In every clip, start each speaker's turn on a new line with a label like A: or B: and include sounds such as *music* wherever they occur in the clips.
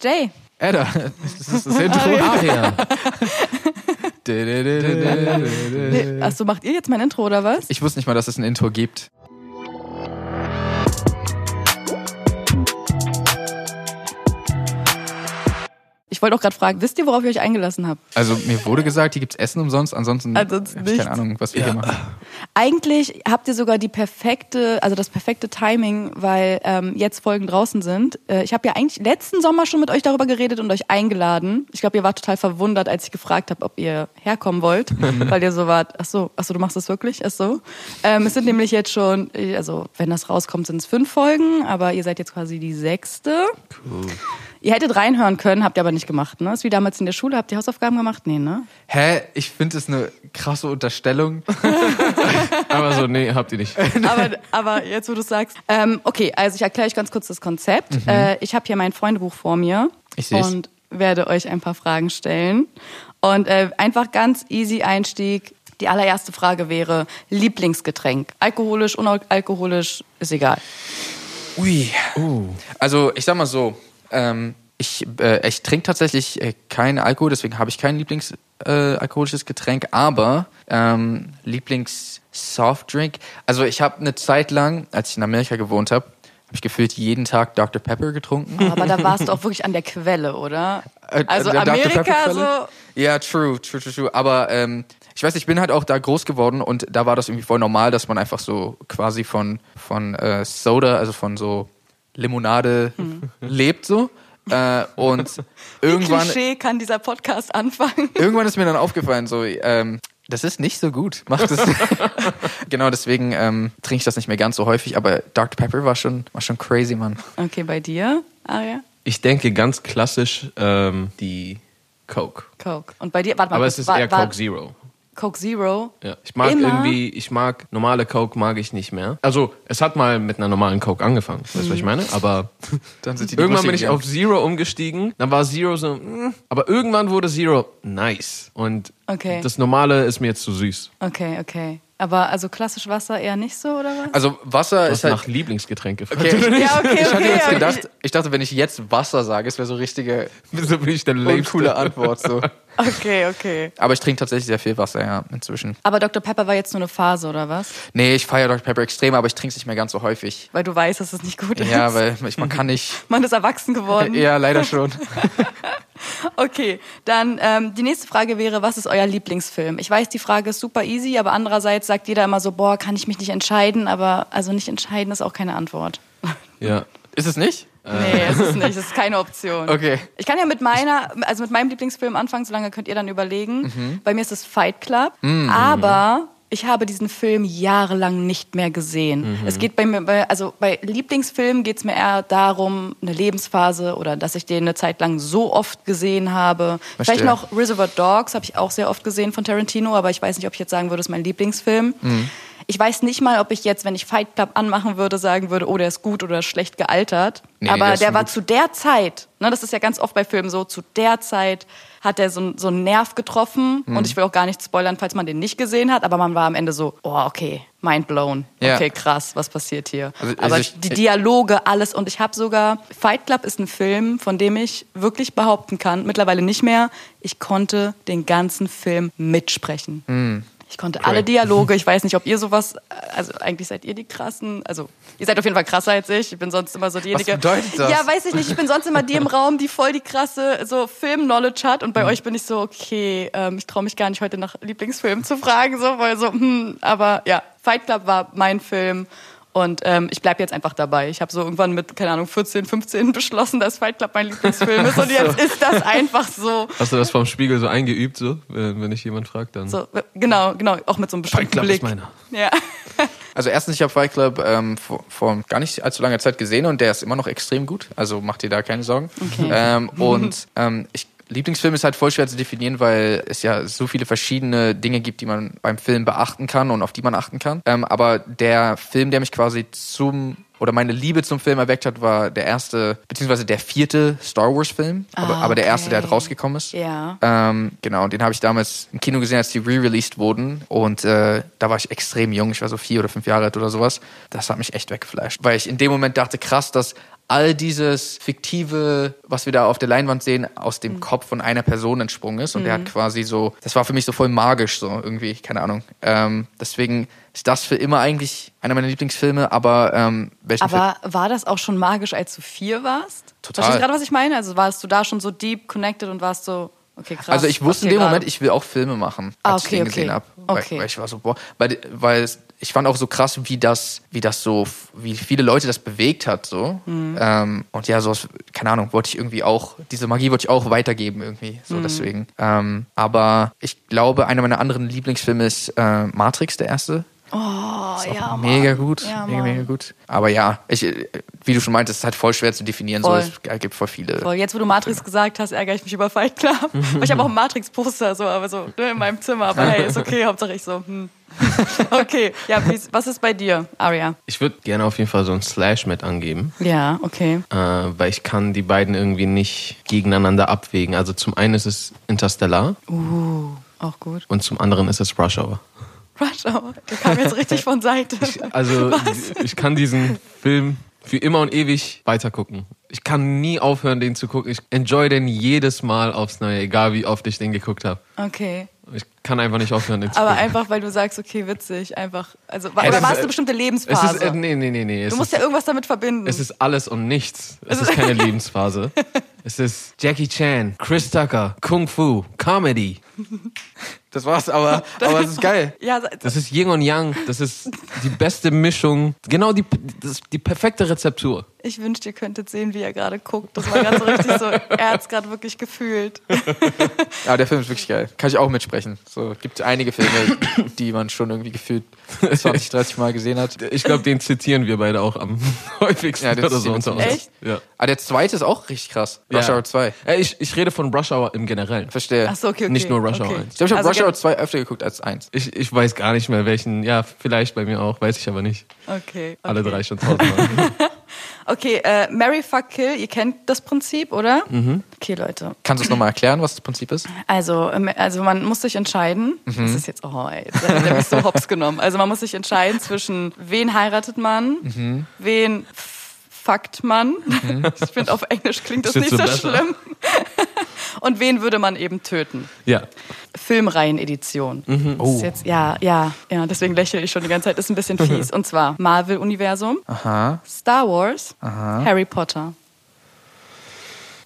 A: Jay.
B: Edda, Äh, das
A: *laughs*
B: ist das Intro. Ah,
C: Aria.
A: Nee, Achso, macht ihr jetzt mein Intro oder was?
B: Ich wusste nicht mal, dass es ein Intro gibt.
A: Ich wollte auch gerade fragen, wisst ihr, worauf ihr euch eingelassen habt?
B: Also mir wurde gesagt, hier gibt's Essen umsonst, ansonsten
A: Ansonsten
B: hab ich
A: nichts.
B: keine Ahnung, was wir hier machen.
A: Eigentlich habt ihr sogar die perfekte, also das perfekte Timing, weil ähm, jetzt Folgen draußen sind. Äh, ich habe ja eigentlich letzten Sommer schon mit euch darüber geredet und euch eingeladen. Ich glaube, ihr wart total verwundert, als ich gefragt habe, ob ihr herkommen wollt, weil ihr so wart, ach so, ach so, du machst das wirklich? Ach so. Ähm, es sind nämlich jetzt schon, äh, also wenn das rauskommt, sind es fünf Folgen, aber ihr seid jetzt quasi die sechste. Ihr hättet reinhören können, habt ihr aber nicht gemacht, ne? Ist wie damals in der Schule, habt ihr Hausaufgaben gemacht? Nee, ne?
B: Hä? Ich finde es eine krasse Unterstellung.
C: Aber so, nee, habt ihr nicht.
A: aber, aber jetzt, wo du es sagst. Ähm, okay, also ich erkläre euch ganz kurz das Konzept.
C: Mhm.
A: Äh, ich habe hier mein Freundebuch vor mir.
B: Ich seh's.
A: Und werde euch ein paar Fragen stellen. Und äh, einfach ganz easy Einstieg. Die allererste Frage wäre Lieblingsgetränk. Alkoholisch, unalkoholisch, ist
C: *laughs*
A: egal.
B: Ui. Also ich sag mal so, ähm, ich, äh, ich trinke tatsächlich äh, keinen Alkohol, deswegen habe ich kein Lieblingsalkoholisches äh, alkoholisches Getränk, aber ähm, Lieblings-Softdrink. Also ich habe eine Zeit lang, als ich in Amerika gewohnt habe, habe ich gefühlt jeden Tag Dr. Pepper getrunken.
A: Aber da warst du auch wirklich an der Quelle, oder?
B: Äh,
A: Also
B: äh, der Dr.
A: Amerika so.
B: Pepper-Quelle? Ja, true, true, true, true. Aber ähm, ich weiß, ich bin halt auch da groß geworden und da war das irgendwie voll normal, dass man einfach so quasi von, von äh, Soda, also von so Limonade
C: Hm.
B: lebt so. Äh,
C: *laughs*
B: und irgendwann,
A: Klischee kann dieser Podcast anfangen.
B: irgendwann ist mir dann aufgefallen, so, ähm, das ist nicht so gut. Macht
C: *laughs*
B: es. genau, deswegen ähm, trinke ich das nicht mehr ganz so häufig, aber Dr. Pepper war schon, war schon crazy, Mann.
A: Okay, bei dir, Aria?
C: Ich denke ganz klassisch ähm, die Coke.
A: Coke. Und bei dir, warte mal.
C: Aber
A: kurz,
C: es ist
A: war-
C: eher
A: war-
C: Coke Zero.
A: Coke Zero.
C: Ja. Ich mag
A: Immer?
C: irgendwie, ich mag normale Coke mag ich nicht mehr. Also es hat mal mit einer normalen Coke angefangen, weißt du, was ich meine? Aber
B: Dann sind die
C: irgendwann
B: Brüste
C: bin ich
B: gegangen.
C: auf Zero umgestiegen. Dann war Zero so, mm, aber irgendwann wurde Zero nice und
A: Okay.
C: das Normale ist mir jetzt zu süß.
A: Okay, okay. Aber also klassisch Wasser eher nicht so, oder was?
B: Also Wasser
C: Was
B: ist halt
C: *laughs* nach Lieblingsgetränk gefragt. *laughs*
B: Okay.
A: Ja, okay,
B: Also ich hatte
A: okay,
B: jetzt
A: aber
B: gedacht, ich dachte, wenn ich jetzt Wasser sage, es wäre so richtige
C: so bin ich der
B: coole
C: Label.
B: Antwort. So.
A: Okay, okay.
B: *laughs* Aber ich trinke tatsächlich sehr viel Wasser, ja, inzwischen.
A: Aber Dr. Pepper war jetzt nur eine Phase, oder was?
B: Nee, ich feiere Dr. Pepper extrem, aber ich trinke es nicht mehr ganz so häufig.
A: Weil du weißt, dass es nicht gut ist.
B: Ja, weil ich, man kann nicht.
A: Man ist erwachsen geworden.
B: Ja, leider
A: *laughs*
B: schon.
A: Okay, dann ähm, die nächste Frage wäre, was ist euer Lieblingsfilm? Ich weiß, die Frage ist super easy, aber andererseits sagt jeder immer so, boah, kann ich mich nicht entscheiden, aber also nicht entscheiden ist auch keine Antwort.
C: Ja.
B: Ist es nicht?
A: Nee, es ist nicht, es ist keine Option.
B: Äh. *laughs* Okay.
A: Ich kann ja mit meiner, also mit meinem Lieblingsfilm anfangen, solange könnt ihr dann überlegen.
B: Mhm.
A: Bei mir ist es Fight Club, aber ich habe diesen Film jahrelang nicht mehr gesehen.
B: Mhm.
A: Es geht bei mir, bei, also bei Lieblingsfilmen geht es mir eher darum, eine Lebensphase oder dass ich den eine Zeit lang so oft gesehen habe.
B: Verstehe.
A: Vielleicht noch Reservoir Dogs habe ich auch sehr oft gesehen von Tarantino, aber ich weiß nicht, ob ich jetzt sagen würde, es ist mein Lieblingsfilm.
B: Mhm.
A: Ich weiß nicht mal, ob ich jetzt, wenn ich Fight Club anmachen würde, sagen würde, oh, der ist gut oder schlecht gealtert.
B: Nee,
A: aber
B: der
A: der,
B: ist schon
A: war
B: gut.
A: zu der Zeit, ne, das ist ja ganz oft bei Filmen so, zu der Zeit hat er so, n- so einen Nerv getroffen.
B: Mhm.
A: Und ich will auch gar nicht spoilern, falls man den nicht gesehen hat, aber man war am Ende so, oh, okay, mind blown.
B: Ja.
A: Okay, krass, was passiert hier?
B: Also- also
A: aber
B: ich-
A: die Dialoge, alles. Und ich habe sogar, Fight Club ist ein Film, von dem ich wirklich behaupten kann, mittlerweile nicht mehr, ich konnte den ganzen Film mitsprechen.
B: Mhm.
A: Ich konnte alle
B: *laughs*
A: Dialoge, ich weiß nicht, ob ihr sowas, also eigentlich seid ihr die krassen, also ihr seid auf jeden Fall krasser als ich, ich bin sonst immer so diejenige.
B: bedeutet das?
A: Ja, weiß ich nicht, ich bin sonst immer die im Raum, die voll die krasse so Film-Knowledge hat und
C: Hm.
A: bei euch bin ich so, okay, ähm, ich traue mich gar nicht heute nach Lieblingsfilmen zu fragen, so, weil so, hm, aber ja, Fight Club war mein Film und ähm, ich bleib jetzt einfach dabei. Ich habe so irgendwann mit, keine Ahnung, 14, 15 beschlossen, dass Fight Club mein Lieblingsfilm ist und jetzt ist das einfach so.
C: Hast du das vom Spiegel so eingeübt, so wenn, wenn ich jemand fragt, dann.
A: so genau, genau, auch mit so einem bestimmten
C: Fight Club
A: Blick.
C: ist meiner.
A: Ja.
B: Also erstens, ich habe Fight Club ähm, vor, vor gar nicht allzu langer Zeit gesehen und der ist immer noch extrem gut. Also macht dir da keine Sorgen.
A: *laughs*
B: Ähm, und ähm, ich, Lieblingsfilm ist halt voll schwer zu definieren, weil es ja so viele verschiedene Dinge gibt, die man beim Film beachten kann und auf die man achten kann. Ähm, aber der Film, der mich quasi zum oder meine Liebe zum Film erweckt hat, war der erste, beziehungsweise der vierte Star Wars-Film, aber,
A: Ah,
B: aber der erste, der
A: okay.
B: halt rausgekommen ist.
A: Ja.
B: Ähm, genau, und den habe ich damals im Kino gesehen, als die re-released wurden. Und äh, da war ich extrem jung, ich war so vier oder fünf Jahre alt oder sowas. Das hat mich echt weggeflasht, weil ich in dem Moment dachte, krass, dass all dieses fiktive, was wir da auf der Leinwand sehen, aus dem Kopf von einer Person entsprungen ist. Und der hat quasi so, das war für mich so voll magisch, so irgendwie, keine Ahnung. Ähm, deswegen ist das für immer eigentlich einer meiner Lieblingsfilme, aber ähm, welchen Film?
A: Aber war das auch schon magisch, als du vier warst?
B: Total.
A: Verstehst du gerade, was ich meine? Also warst du da schon so deep connected und warst so, okay, krass.
B: Also ich
A: was
B: wusste in dem
A: hier
B: Moment,
A: gerade-
B: ich will auch Filme machen, als
A: Ah,
B: ich
A: okay,
B: den
A: okay.
B: gesehen habe. Weil,
A: Okay.
B: weil ich war so, boah, weil, weil es- ich fand auch so krass, wie das, wie das so, wie viele Leute das bewegt hat, so.
A: Mhm.
B: Ähm, und ja, sowas, keine Ahnung, wollte ich irgendwie auch, diese Magie wollte ich auch weitergeben irgendwie,
A: Mhm.
B: so deswegen. Ähm, aber ich glaube, einer meiner anderen Lieblingsfilme ist äh, Matrix, der erste.
A: Oh,
B: Ist auch
A: ja, Mann.
B: mega gut,
A: Ja,
B: mega,
A: Mann.
B: mega gut. Aber ja, ich, äh, wie du schon meintest, ist halt voll schwer zu definieren.
A: Voll.
B: So, es gibt voll viele.
A: Boah, jetzt, wo du Matrix gesagt hast, ärgere ich mich über Fight
B: *laughs*
A: Club. Weil ich habe auch ein Matrix-Poster so, aber so ne, in meinem Zimmer. Aber hey, ist okay, Hauptsache ich so.
B: *laughs*
A: Hm. Okay, ja, wie ist- was ist bei dir, Aria?
C: Ich würde gerne auf jeden Fall so einen Slash mit angeben,
A: Ja, okay.
C: äh, weil ich kann die beiden irgendwie nicht gegeneinander abwägen. Also zum einen ist es Interstellar
A: Uh, auch gut.
C: und zum anderen ist es Rush Hour.
A: Rush Hour, der kam jetzt richtig von
B: *laughs*
A: Seite. *laughs*
C: Also
A: Was?
C: ich kann diesen Film für immer und ewig weitergucken. Ich kann nie aufhören, den zu gucken. Ich enjoy den jedes Mal aufs Neue, egal wie oft ich den geguckt habe.
A: Okay.
C: Ich kann einfach nicht aufhören, den zu
A: Aber
C: gucken.
A: einfach, weil du sagst, okay, witzig, einfach. Also, wa-
C: Äh,
A: oder
C: das-
A: war es eine bestimmte
C: Es
A: Lebensphase?
C: ist, äh, nee, nee, nee, nee. Es
A: du musst
C: ist,
A: ja irgendwas damit verbinden.
C: es ist alles und nichts. Es ist keine
A: *laughs*
C: Lebensphase. Es ist Jackie Chan, Chris Tucker, Kung Fu, Comedy.
B: Das
A: *laughs*
B: war's, aber, aber es ist geil.
A: ja, sa-
C: Das ist Yin und Yang. Das ist die beste Mischung. Genau die, das, die perfekte Rezeptur.
A: ich wünschte, ihr könntet sehen, wie er gerade guckt. Das war ganz so richtig so, er hat es gerade wirklich gefühlt.
B: Ja, Ah, der Film ist wirklich geil. Kann ich auch mitsprechen. So gibt einige Filme, die man schon irgendwie gefühlt 20, 30 Mal gesehen hat.
C: Ich glaube, den zitieren wir beide auch am *laughs* häufigsten
B: Ja, den
C: oder so
B: zitieren
C: unter
B: wir
C: uns.
A: ziemlich.
C: Ja.
B: Ah, der zweite ist auch richtig krass. Rush
C: Ja.
B: Hour 2.
C: Äh, Ich, ich rede von Rush Hour im Generellen.
B: Verstehe.
A: Achso, okay, okay.
C: Nicht nur Rush Hour
A: okay.
C: 1.
B: Ich glaube, ich
A: Also
B: habe Rush Hour
A: gen-
B: 2 öfter geguckt als 1.
C: Ich, ich weiß gar nicht mehr welchen. Ja, vielleicht bei mir auch, weiß ich aber nicht.
A: Okay, okay.
C: Alle drei
A: *laughs*
C: schon tausendmal.
A: Okay, äh, Mary Fuck Kill, ihr kennt das Prinzip, oder? Mhm. Okay, Leute.
B: Kannst du es nochmal erklären, was das Prinzip ist?
A: Also, ähm, also man muss sich entscheiden.
C: Mhm.
A: Das ist jetzt, oh, ey, jetzt hat er mich so hops genommen. Also man muss sich entscheiden zwischen, wen heiratet man,
C: Mhm.
A: wen f- fuckt man. Ich finde, auf Englisch klingt das,
C: Das Mhm. ist
A: nicht so
C: jetzt so besser.
A: schlimm. Und wen würde man eben töten?
C: ja.
A: Filmreihen-Edition.
C: Mhm.
A: Das
C: Oh.
A: Ist jetzt, ja, ja, ja, deswegen lächle ich schon die ganze Zeit. Ist ein bisschen
C: Mhm.
A: fies. Und zwar Marvel-Universum,
B: Aha.
A: Star Wars, Harry Potter.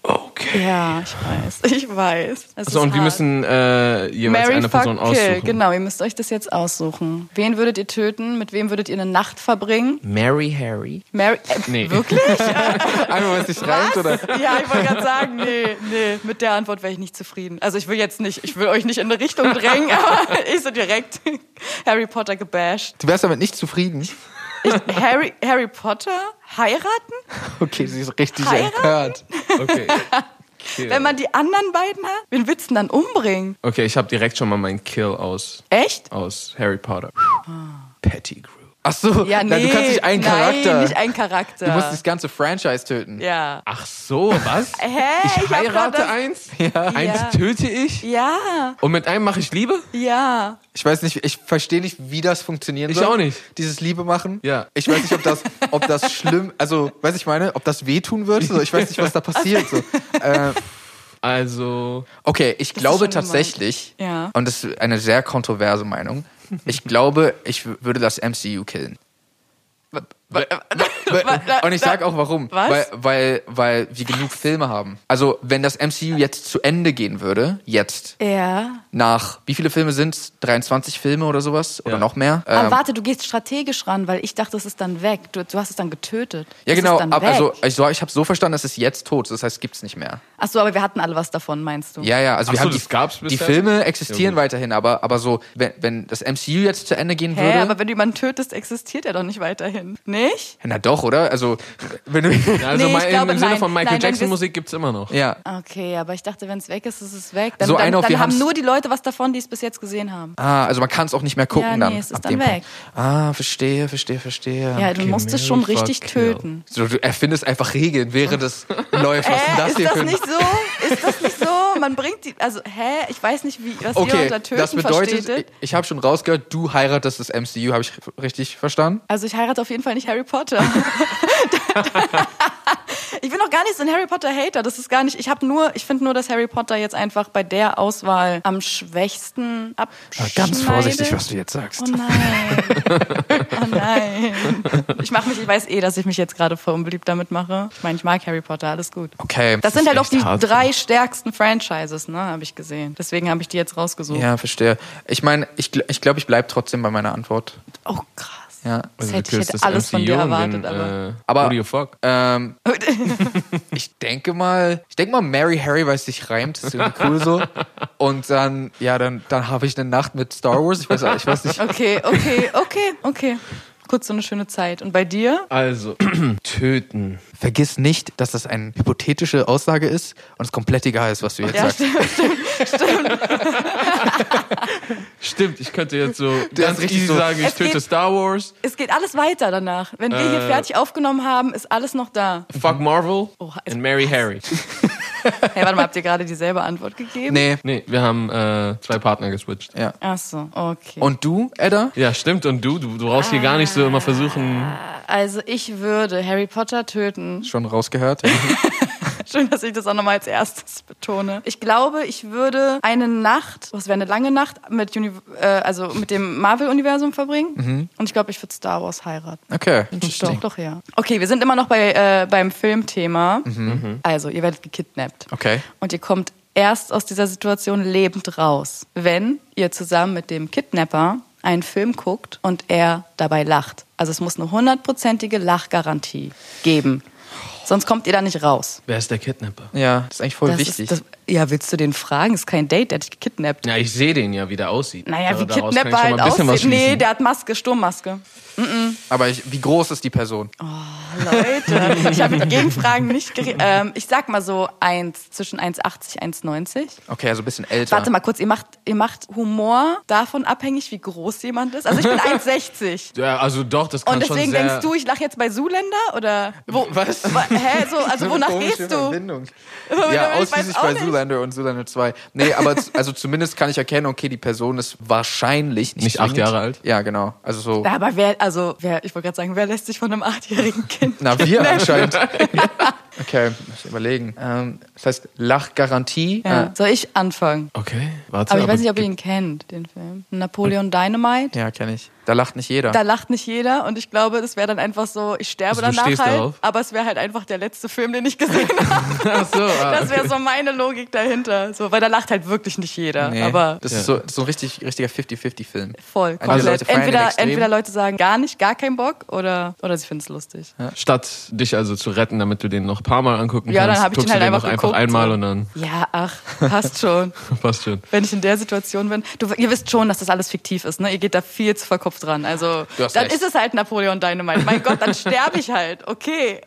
C: Okay.
A: Ja, ich weiß. Ich weiß. Es
C: So,
A: ist
C: Also, und wir
A: hart.
C: müssen äh, jeweils
A: Mary
C: eine
A: fuck
C: Person
A: kill.
C: aussuchen.
A: Genau, ihr müsst euch das jetzt aussuchen. Wen würdet ihr töten? Mit wem würdet ihr eine Nacht verbringen?
C: Mary Harry.
A: Mary. Äh,
C: Nee. *laughs*
A: Wirklich?
B: Einmal, was dich reimt, oder?
A: Ja, ich wollte gerade sagen, nee, nee. Mit der Antwort wäre ich nicht zufrieden. Also ich will jetzt nicht, ich will euch nicht in eine Richtung drängen, *laughs* aber ich so direkt *laughs* Harry Potter gebasht.
B: Du wärst damit nicht zufrieden.
A: Ich, Harry, Harry Potter? Heiraten?
B: Okay, sie ist richtig
A: Heiraten?
B: empört.
A: *laughs*
C: Okay.
A: Wenn
C: Kill.
A: man die anderen beiden hat? Wen willst du denn dann umbringen?
C: Okay, ich habe direkt schon mal meinen Kill aus,
A: Echt?
C: aus Harry Potter.
A: Ah.
C: Petty Grew.
B: Ach so,
A: Ja,
B: na,
A: nee.
B: du kannst nicht einen Charakter.
A: Nein, nicht einen Charakter.
B: du musst das ganze Franchise töten.
A: ja.
C: Ach so, was?
A: *laughs* Hä?
C: ich,
A: hab grad
C: heirate
A: das-
C: eins, eins
A: Ja.
C: töte ich
A: Ja,
C: und mit einem mache ich Liebe?
A: ja.
B: Ich weiß nicht, ich verstehe nicht, wie das funktionieren
C: Ich
B: soll.
C: auch nicht.
B: Dieses Liebe machen.
C: Ja.
B: Ich weiß nicht, ob das, ob
C: *laughs*
B: das schlimm, also, weiß ich meine, ob das wehtun wird. So, ich weiß nicht,
C: *laughs*
B: was da passiert. So. Äh,
C: Also,
B: okay, ich
A: ist
B: glaube
A: schon gemein.
B: tatsächlich,
A: Ja.
B: und das ist eine sehr kontroverse Meinung, ich glaube, ich w- würde das MCU killen. Und ich sag auch warum.
A: Was?
B: Weil, weil, weil wir genug Filme haben. Also, wenn das MCU jetzt zu Ende gehen würde, jetzt,
A: Ja.
B: nach, wie viele Filme sind's? 23 Filme oder sowas? Oder
C: Ja.
B: noch mehr?
A: Aber
B: Ähm,
A: warte, du gehst strategisch ran, weil ich dachte, es ist dann weg. Du, du hast es dann getötet.
B: Ja,
A: Es
B: genau.
A: Ist dann
B: Ab,
A: weg.
B: also ich, so- ich habe so verstanden, es ist jetzt tot. Das heißt, gibt's nicht mehr.
A: Ach so, aber wir hatten alle was davon, meinst du?
B: Ja, ja. Also
C: Ach
B: wir
C: so,
B: haben
C: das
B: die,
C: gab's
B: die
C: bisher?
B: Filme existieren
C: Ja, gut.
B: weiterhin, aber aber so wenn, wenn das MCU jetzt zu Ende gehen
A: Hä,
B: würde.
A: aber wenn du jemanden tötest, existiert er doch nicht weiterhin. Nicht?
B: na doch, oder? Also wenn du
C: also
A: Nee,
C: mal
A: ich
C: im,
A: glaube,
C: im Sinne
A: nein.
C: von Michael
A: Nein, wenn
C: Jackson
A: wir's-
C: Musik gibt's immer noch.
B: *laughs* ja.
A: Okay, aber ich dachte, wenn es weg ist, ist es weg. Dann,
B: So
A: dann,
B: einer auf,
A: dann
B: wir
A: haben
B: haben's-
A: nur die Leute was davon, die es bis jetzt gesehen haben.
B: Ah, also man kann es auch nicht mehr gucken
A: Ja, nee,
B: dann.
A: es ist
B: ab
A: dann
B: dem
A: weg.
B: Punkt. Ah, verstehe, verstehe, verstehe.
A: Ja, du musst es
C: Mary
A: schon
C: fuck
A: richtig
C: kill.
A: töten.
B: So, du erfindest einfach Regeln,
A: *laughs*
B: während es läuft. Was denn
A: Hä,
B: das
A: Äh, ist
B: hier
A: das
B: für ein-
A: nicht so? Ist das nicht so? Man bringt die, also hä, ich weiß nicht, wie was ihr
B: Okay,
A: unter Töten
B: das bedeutet,
A: versteht.
B: ich, ich habe schon rausgehört, du heiratest das MCU, habe ich richtig verstanden?
A: Also ich heirate auf jeden Fall nicht Harry Potter. *laughs* ich bin auch gar nicht so ein Harry Potter Hater. Das ist gar nicht. Ich habe nur, ich finde nur, dass Harry Potter jetzt einfach bei der Auswahl am schwächsten abschneidet.
B: Ah, Ganz vorsichtig, was du jetzt sagst.
A: Oh nein. Oh nein. Ich mache mich, ich weiß eh, dass ich mich jetzt gerade voll unbeliebt damit mache. Ich meine, ich mag Harry Potter, alles gut.
B: Okay.
A: Das sind halt auch
C: echt
A: die
C: hart.
A: drei stärksten Franchises, ne, habe ich gesehen. Deswegen habe ich die jetzt rausgesucht.
B: Ja, verstehe. Ich meine, ich, gl ich glaube, ich bleibe trotzdem bei meiner Antwort.
A: Oh krass.
B: Ja.
A: Das
C: Also
A: hätte
C: du
A: ich hätte
C: kürzt
A: alles von dir
C: MCU und
A: erwartet,
C: den,
A: aber.
C: Äh,
B: Aber-
C: aber What the fuck?
A: *laughs*
B: Ähm, ich denke mal, ich denke mal, Mary Harry, weil es sich reimt, ist irgendwie cool so. Und dann, ja, dann, dann habe ich eine Nacht mit Star Wars. Ich weiß, ich weiß nicht.
A: Okay, okay, okay, okay. Kurz so eine schöne Zeit. Und bei dir?
C: Also, *clears throat* töten.
B: Vergiss nicht, dass das eine hypothetische Aussage ist und es komplett egal ist, was du jetzt
A: Ja,
B: sagst.
A: stimmt.
C: Stimmt, ich könnte
B: *laughs*
C: jetzt so
B: Der
C: ganz
B: ist richtig
C: richtig easy
B: so-
C: sagen,
A: Es
C: ich töte
A: geht-
C: Star Wars,
A: Es geht alles weiter danach. Wenn wir hier
C: Äh.
A: fertig aufgenommen haben, ist alles noch da.
C: fuck Marvel
A: Oh, es-
C: und Mary Harry.
A: Hey, warte mal, habt ihr gerade dieselbe Antwort gegeben?
B: Nee.
C: Nee, wir haben äh, zwei Partner geswitcht.
B: Ja.
A: Ach so, okay.
B: Und du, Edda?
C: Ja, stimmt. Und du, du, du brauchst hier gar nicht so immer versuchen.
A: also ich würde Harry Potter töten.
B: Schon rausgehört?
A: Schön, dass ich das auch nochmal als erstes betone. Ich glaube, ich würde eine Nacht, was wäre eine lange Nacht, mit, Uni äh, also mit dem Marvel-Universum verbringen. Und ich glaube, ich würde Star Wars heiraten.
B: Okay.
A: Doch, doch, ja. Okay, wir sind immer noch bei, äh, beim Filmthema. Also, ihr werdet gekidnappt.
B: Okay.
A: Und ihr kommt erst aus dieser Situation lebend raus, wenn ihr zusammen mit dem Kidnapper einen Film guckt und er dabei lacht. Also es muss eine hundertprozentige Lachgarantie geben. Sonst kommt ihr da nicht raus.
C: Wer ist der Kidnapper?
B: Ja, das ist eigentlich voll
A: Das
B: wichtig.
A: Ist, das, ja, willst du den fragen? Ist kein Date, der hat dich gekidnappt.
C: Ja, ich sehe den ja, wie der aussieht.
A: Naja, wie
C: Also daraus kann ich
A: Kidnapper
C: schon
A: halt
C: mal ein bisschen was
A: aussieht. Nee,
C: schließen.
A: der hat Maske, Sturmmaske.
B: Aber ich, wie groß ist die Person?
A: Oh. Leute,
C: *laughs*
A: ich habe mit Gegenfragen nicht geredet. Ähm, ich sag mal so eins, zwischen 1,80, 1,90.
B: Okay, also ein bisschen älter.
A: Warte mal kurz, ihr macht, ihr macht Humor davon abhängig, wie groß jemand ist. Also ich bin
C: *laughs*
A: 1,60.
C: ja, also doch, das kann
A: Und deswegen
C: schon sehr...
A: denkst du, ich lache jetzt bei Zuländer oder wo,
B: Was?
A: wa- Hä, so, also
B: So eine
A: wonach
B: komische
A: gehst du?
B: Verbindung.
A: Ja,
B: Ja,
A: ich weiß
B: ausschließlich
A: auch
B: bei
A: nicht.
B: Zoolander und Zoolander 2. Nee, aber z- also zumindest kann ich erkennen, okay, die Person ist wahrscheinlich nicht,
C: Nicht acht
B: zwingend-
C: Jahre alt?
B: Ja, genau. Also so.
A: Ja, aber wer, also wer, ich wollte gerade sagen, wer lässt sich von einem achtjährigen
C: *laughs*
A: Kind?
B: Na, wir
A: *laughs*
B: anscheinend. okay, muss ich überlegen. Ähm, das heißt Lachgarantie.
A: Ja.
B: Äh,
A: Soll ich anfangen?
C: Okay, warte.
A: Aber ich weiß nicht, ob ihr ihn kennt, den Film. Napoleon Dynamite.
B: ja, kenne ich. Da lacht nicht jeder.
A: Da lacht nicht jeder und ich glaube, das wäre dann einfach so, ich sterbe
C: Also du
A: danach
C: stehst
A: halt,
C: darauf?
A: aber es wäre halt einfach der letzte Film, den ich
B: *laughs*
A: gesehen habe.
C: Ach so, ah,
A: Das wäre so meine Logik dahinter. So, weil da lacht halt wirklich nicht jeder.
B: Nee,
A: Aber
B: das,
C: Ja.
B: ist so, das ist so ein richtig, richtiger 50-50-Film.
A: voll,
B: Entweder Leute
A: komplett.
B: feiern den
A: entweder,
B: Extrem.
A: entweder Leute sagen gar nicht, gar keinen Bock oder, oder sie finden es lustig.
C: Statt dich also zu retten, damit du den noch ein paar Mal angucken
A: Ja, dann
C: kannst,
A: hab ich
C: guckst
A: den halt
C: du den noch
A: einfach
C: einfach
A: geguckt,
C: einmal
A: so.
C: und dann *laughs*
A: Ja, ach, passt schon.
C: passt schon.
A: Wenn ich in der Situation bin. Du, ihr wisst schon, dass das alles fiktiv ist, ne? Ihr geht da viel zu verkopft dran. Also,
B: Du hast
A: dann
B: recht.
A: ist es halt Napoleon Dynamite. Mein Gott,
B: *laughs*
A: dann sterbe ich halt. Okay.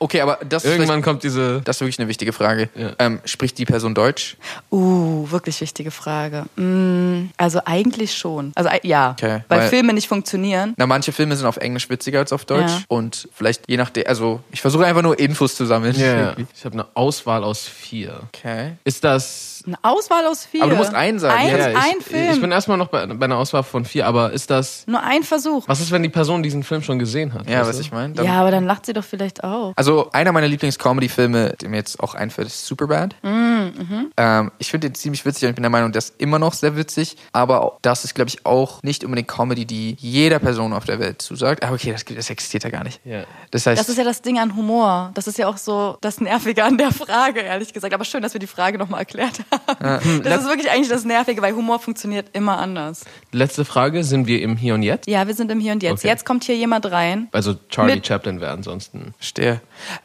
B: Okay, aber das ist, vielleicht-
C: Irgendwann kommt diese...
B: das ist wirklich eine wichtige Frage.
C: Ja.
B: Ähm, spricht die Person Deutsch?
A: Uh, wirklich wichtige Frage. Mm, also eigentlich schon. Also ei- ja,
B: Okay,
A: weil,
B: weil-
A: Filme nicht funktionieren.
B: Na, manche Filme sind auf Englisch witziger als auf Deutsch.
A: Ja.
B: Und vielleicht je nachdem, also ich versuche einfach nur Infos zu sammeln.
C: Ja, ich habe eine Auswahl aus vier.
B: Okay.
C: Ist das
A: Eine Auswahl aus vier.
B: Aber du musst einen sagen.
A: Ein,
B: Ja,
C: Ja, ich,
A: ein Film.
C: Ich bin erstmal noch bei, bei einer Auswahl von vier, aber ist das.
A: Nur ein Versuch.
C: Was ist, wenn die Person diesen Film schon gesehen hat?
B: Ja,
C: weißt
B: was
C: du?
B: ich meine? Dann-
A: Ja, aber dann lacht sie doch vielleicht auch.
B: Also einer meiner Lieblings-Comedy-Filme, der mir jetzt auch einfällt, ist Superbad.
A: Mm, mhm.
B: ähm, ich finde den ziemlich witzig und ich bin der Meinung, der ist immer noch sehr witzig. Aber auch- das ist, glaube ich, auch nicht unbedingt Comedy, die jeder Person auf der Welt zusagt. Aber okay, das, gibt- das existiert ja gar nicht.
C: Ja.
B: Das heißt,
A: Das ist ja das Ding an Humor. Das ist ja auch so das Nervige an der Frage, ehrlich gesagt. Aber schön, dass wir die Frage nochmal erklärt haben. Das ist wirklich eigentlich das Nervige, weil Humor funktioniert immer anders.
C: Letzte Frage: Sind wir im Hier und Jetzt?
A: Ja, wir sind im Hier und Jetzt.
C: Okay.
A: Jetzt kommt hier jemand rein.
C: Also, Charlie
A: Mit-
C: Chaplin wäre ansonsten.
B: Verstehe.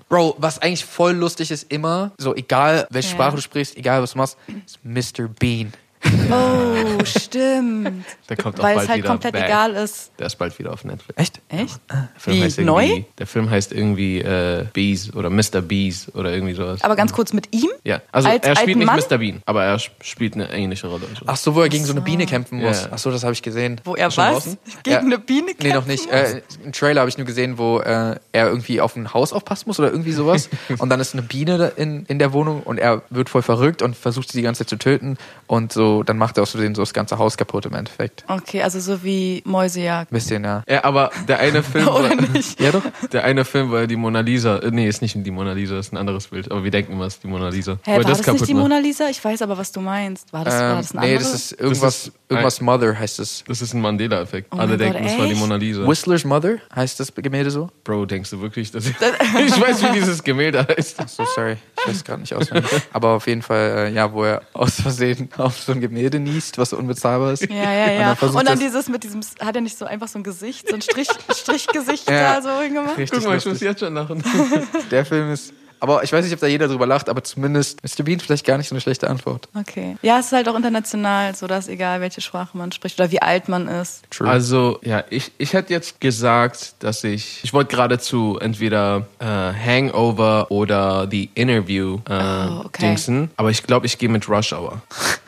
B: Bro, was eigentlich voll lustig ist immer, so egal welche
A: Ja.
B: Sprache du sprichst, egal was du machst, ist Mr. Bean.
A: Oh, stimmt.
C: Der kommt auch
A: Weil
C: bald
A: es halt
C: wieder
A: komplett
C: back.
A: egal ist.
C: Der ist bald wieder auf Netflix.
B: Echt?
A: Echt?
C: Der Film
A: Wie,
C: heißt irgendwie-
A: neu?
C: Der Film heißt irgendwie äh, Bees oder Mr. Bees oder irgendwie sowas.
A: Aber ganz kurz mit ihm?
C: ja, also
A: als
C: er spielt
A: alten
C: nicht
A: Mann?
C: Mr. Bean, aber er sp- spielt eine ähnliche Rolle. und So.
B: Ach so, wo er gegen so eine Biene kämpfen
C: Ja.
B: muss. Ach so, das habe ich gesehen.
A: Wo er
B: Ist schon
A: was?
B: draußen?
A: *laughs* Gegen eine Biene
B: Nee, noch
A: kämpfen
B: nicht. Äh, Einen Trailer habe ich nur gesehen, wo äh, er irgendwie auf ein Haus aufpassen muss oder irgendwie
C: *laughs*
B: sowas. und dann ist eine Biene da in, in der Wohnung und er wird voll verrückt und versucht sie die ganze Zeit zu töten. Und so, dann macht er aus Versehen so das ganze Haus kaputt im Endeffekt.
A: Okay, also so wie Mäusejagd.
B: Ein bisschen, ja.
C: Ja, aber
A: *laughs*
C: der eine Film, wo
A: Oder
C: er,
A: nicht?
B: Ja, doch.
C: der eine Film, wo er die Mona Lisa, äh, nee, ist nicht die Mona Lisa, ist ein anderes Bild, aber wir denken immer, es ist die Mona Lisa.
A: Hä,
C: Wo
A: war
C: er
A: das, nicht die
C: macht.
A: Mona Lisa? Ich weiß aber, was du meinst. War das, war
B: Ähm,
A: das ein
B: nee,
A: anderes?
B: das ist irgendwas,
C: Das ist-
B: irgendwas Mother heißt es.
C: Das ist ein Mandela-Effekt.
A: Oh
C: Alle
A: mein
C: denken,
A: Gott,
C: das war die
A: echt?
C: Mona Lisa.
B: Whistler's Mother heißt das Gemälde so?
C: Bro, denkst du
A: *laughs*
C: wirklich, dass *laughs* ich weiß, wie dieses Gemälde heißt?
A: Ah.
B: So, sorry, ich weiß gerade nicht
A: *laughs*
B: auswendig. Aber auf jeden Fall, äh, ja, wo er aus Versehen *laughs* auf so ein Gemälde niest, was unbezahlbar ist.
A: ja, ja,
B: *laughs* Und
A: ja.
B: dann
A: Und dann,
B: versucht das-
A: dieses mit diesem, hat er nicht so einfach so ein Gesicht, so ein
B: *laughs*
A: Strich, Strichgesicht
B: Ja.
A: da so hingemacht?
B: Richtig
C: Guck mal, ich muss
B: lustig.
C: jetzt schon lachen.
B: Der Film ist. Aber ich weiß nicht, ob da jeder drüber lacht, aber zumindest Mr. Bean vielleicht gar nicht so eine schlechte Antwort.
A: Okay. Ja, es ist halt auch international, so dass egal, welche Sprache man spricht oder wie alt man ist.
B: True.
C: Also, ja, ich, ich hätte jetzt gesagt, dass ich. Ich wollte geradezu entweder äh, Hangover oder The Interview äh,
A: Oh, okay.
C: dingsen. Aber ich glaube, ich gehe mit Rush Hour.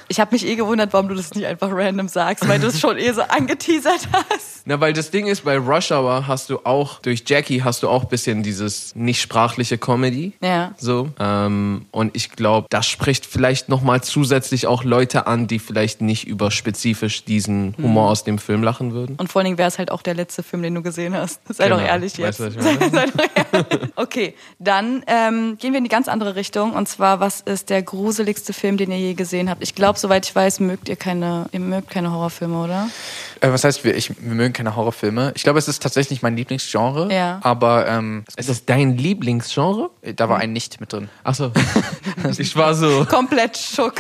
A: Ich habe mich eh gewundert, warum du das nicht einfach random sagst, weil du es schon eh so angeteasert *laughs* hast.
C: Na, weil das Ding ist, bei Rush Hour hast du auch, durch Jackie hast du auch ein bisschen dieses nicht sprachliche Comedy.
A: Ja.
C: So. Ähm, und ich glaube, das spricht vielleicht nochmal zusätzlich auch Leute an, die vielleicht nicht über spezifisch diesen Humor aus dem Film lachen würden.
A: Hm. Und vor allen Dingen wäre es halt auch der letzte Film, den du gesehen hast. Sei
C: Genau.
A: doch ehrlich
C: Weißt
A: jetzt.
C: du, was ich
A: *laughs*
C: meine?
A: Sei doch ehrlich. Okay, dann ähm, gehen wir in die ganz andere Richtung. Und zwar, was ist der gruseligste Film, den ihr je gesehen habt? Ich glaube, soweit ich weiß, mögt ihr keine, ihr mögt keine Horrorfilme, oder?
B: Äh, was heißt, wir, ich, wir mögen keine Horrorfilme. Ich glaube, es ist tatsächlich nicht mein Lieblingsgenre.
A: Ja.
B: Aber ähm,
C: Ist das dein Lieblingsgenre?
B: es,
A: Mhm.
B: da war ein Nicht mit drin.
A: *laughs*
C: Achso. ich war so.
A: Komplett Schuck.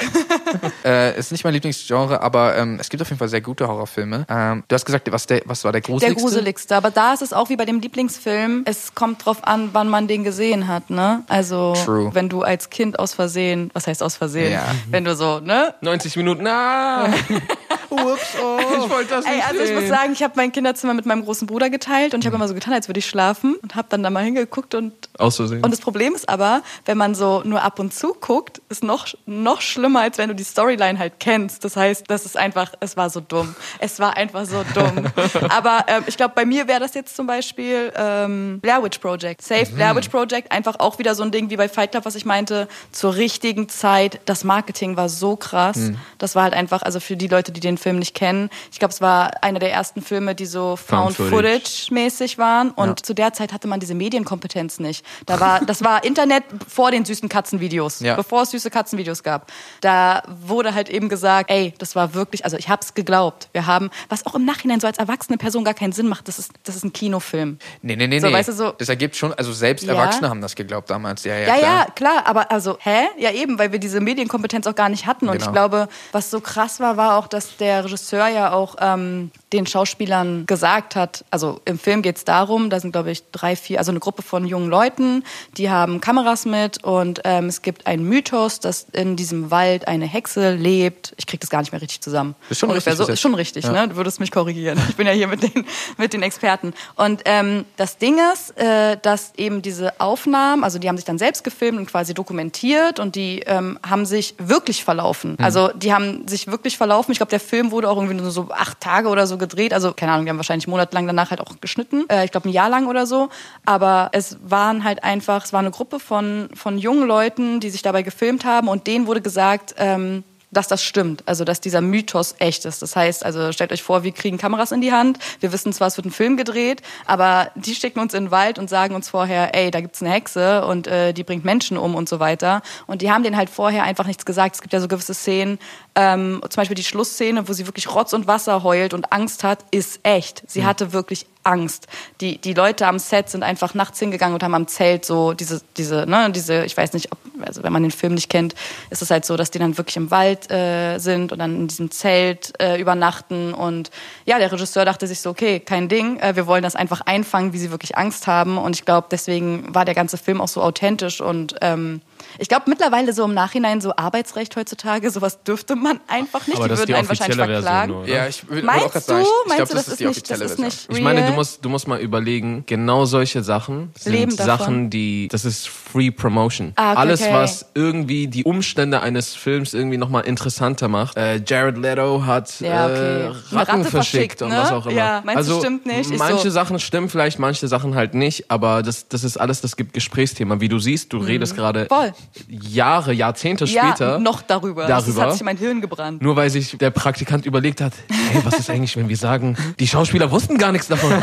B: Äh, ist nicht mein Lieblingsgenre, aber ähm, es gibt auf jeden Fall sehr gute Horrorfilme. Ähm, du hast gesagt, was, der, was war der
A: Der
B: gruseligste?
A: gruseligste. Aber da ist es auch wie bei dem Lieblingsfilm. Es kommt drauf an, wann man den gesehen hat, ne? Also,
B: True.
A: wenn du als Kind aus Versehen, was heißt aus Versehen?
B: Ja.
A: Wenn du so, ne?
C: 90 Minuten. Na,
B: *laughs* Ups, oh.
C: ich wollte das
A: Ey,
C: nicht
A: also ich muss
C: sehen. Mhm.
A: sagen, ich habe mein Kinderzimmer mit meinem großen Bruder geteilt und ich habe immer so getan, als würde ich schlafen und habe dann da mal hingeguckt und
C: Aus Versehen.
A: und das Problem ist aber, wenn man so nur ab und zu guckt, ist noch noch schlimmer, als wenn du die Storyline halt kennst. Das heißt, das ist einfach, es war so dumm. Es war einfach so *laughs* dumm. aber ähm, ich glaube, bei mir wäre das jetzt zum Beispiel ähm, Blair Witch Project. Safe Blair Witch Project, einfach auch wieder so ein Ding wie bei Fight Club, was ich meinte, zur richtigen Zeit. Das Marketing war so krass. Das war halt einfach, also für die Leute, die den Film nicht kennen, ich glaube, es war einer der ersten Filme, die so Found,
C: Found Footage.
A: Footage Twitch-mäßig waren und zu der Zeit hatte man diese Medienkompetenz nicht. Da war, das war Internet vor den süßen Katzenvideos,
B: Ja.
A: bevor es süße Katzenvideos gab. Da wurde halt eben gesagt, ey, das war wirklich, also ich hab's geglaubt. Wir haben, was auch im Nachhinein so als erwachsene Person gar keinen Sinn macht, das ist, das ist ein Kinofilm.
B: Nee, nee, nee,
A: So,
B: nee.
A: weißt du, so-
B: das ergibt schon, also selbst
A: Ja.
B: Erwachsene haben das geglaubt damals. Ja, ja,
A: Ja,
B: klar.
A: ja, klar, aber also, hä? Ja, eben, weil wir diese Medienkompetenz auch gar nicht hatten. Und
B: Genau.
A: ich glaube, was so krass war, war auch, dass der Regisseur ja auch ähm, den Schauspielern gesagt hat, also im Film geht's darum, da sind, glaube ich, drei, vier, also eine Gruppe von jungen Leuten, die haben Kameras mit und ähm, es gibt einen Mythos, dass in diesem Wald eine Hexe lebt. Ich krieg das gar nicht mehr richtig zusammen.
B: Ist schon
A: Ungefähr
B: richtig
A: So,
B: gesetzt.
A: ist schon richtig,
B: Ja.
A: ne? Du würdest mich korrigieren. Ich bin ja hier mit den, *laughs* mit den Experten. Und ähm, das Ding ist, äh, dass eben diese Aufnahmen, also die haben sich dann selbst gefilmt und quasi dokumentiert und die ähm, haben sich wirklich verlaufen.
B: Mhm.
A: Also die haben sich wirklich verlaufen. Ich glaube, der Film wurde auch irgendwie nur so acht Tage oder so gedreht. Also keine Ahnung, die haben wahrscheinlich monatelang danach halt auch geschnitten. Äh, ich glaube, ein Jahr lang oder so. Aber es waren halt einfach, es war eine Gruppe von, von jungen Leuten, die sich dabei gefilmt haben und denen wurde gesagt, ähm, dass das stimmt, also dass dieser Mythos echt ist. Das heißt, also stellt euch vor, wir kriegen Kameras in die Hand, wir wissen zwar, es wird ein Film gedreht, aber die schicken uns in den Wald und sagen uns vorher, ey, da gibt's eine Hexe und äh, die bringt Menschen um und so weiter. Und die haben denen halt vorher einfach nichts gesagt. Es gibt ja so gewisse Szenen, ähm, zum Beispiel die Schlussszene, wo sie wirklich Rotz und Wasser heult und Angst hat, ist echt. Sie hatte wirklich Angst. Die, die Leute am Set sind einfach nachts hingegangen und haben am Zelt so diese, diese, ne, diese, ich weiß nicht, ob, also wenn man den Film nicht kennt, ist es halt so, dass die dann wirklich im Wald äh, sind und dann in diesem Zelt äh, übernachten. Und ja, der Regisseur dachte sich so, okay, kein Ding, äh, wir wollen das einfach einfangen, wie sie wirklich Angst haben. Und ich glaube, deswegen war der ganze Film auch so authentisch und ähm, ich glaube mittlerweile so im Nachhinein so Arbeitsrecht heutzutage, sowas dürfte man einfach nicht.
C: Aber das ist die
A: einen wahrscheinlich
C: offizielle Version
A: verklagen.
C: nur, oder?
B: Ja, ich würde auch
A: Meinst
B: gerade
A: du?
B: sagen, ich, ich
A: Meinst
B: glaube,
A: du,
B: das,
A: das
B: ist die
A: ist nicht- das
B: offizielle
A: ist
B: Version.
A: nicht-
C: Ich meine, du
A: Real.
C: musst, du musst mal überlegen, genau solche Sachen sind
A: Leben davon.
C: Sachen, die, das ist Free Promotion.
A: Ah, okay,
C: Alles,
A: okay.
C: was irgendwie die Umstände eines Films irgendwie nochmal interessanter macht. Äh, Jared Leto hat
A: Ja, okay.
C: äh,
A: Eine
C: Ratten
A: Ratte
C: verschickt
A: verschickt,
C: und
A: ne?
C: was auch immer.
A: Ja, meinst du,
C: also,
A: stimmt nicht? Ich
C: manche
A: so-
C: Sachen stimmen vielleicht, manche Sachen halt nicht, aber das, das ist alles, das gibt Gesprächsthema. Wie du siehst, du redest gerade
A: Mhm. Voll.
C: Jahre, Jahrzehnte
A: ja,
C: später.
A: noch darüber. Das
C: darüber.
A: hat sich mein Hirn gebrannt.
C: Nur weil sich der Praktikant überlegt hat, hey, was ist eigentlich, wenn wir sagen, die Schauspieler wussten gar nichts davon.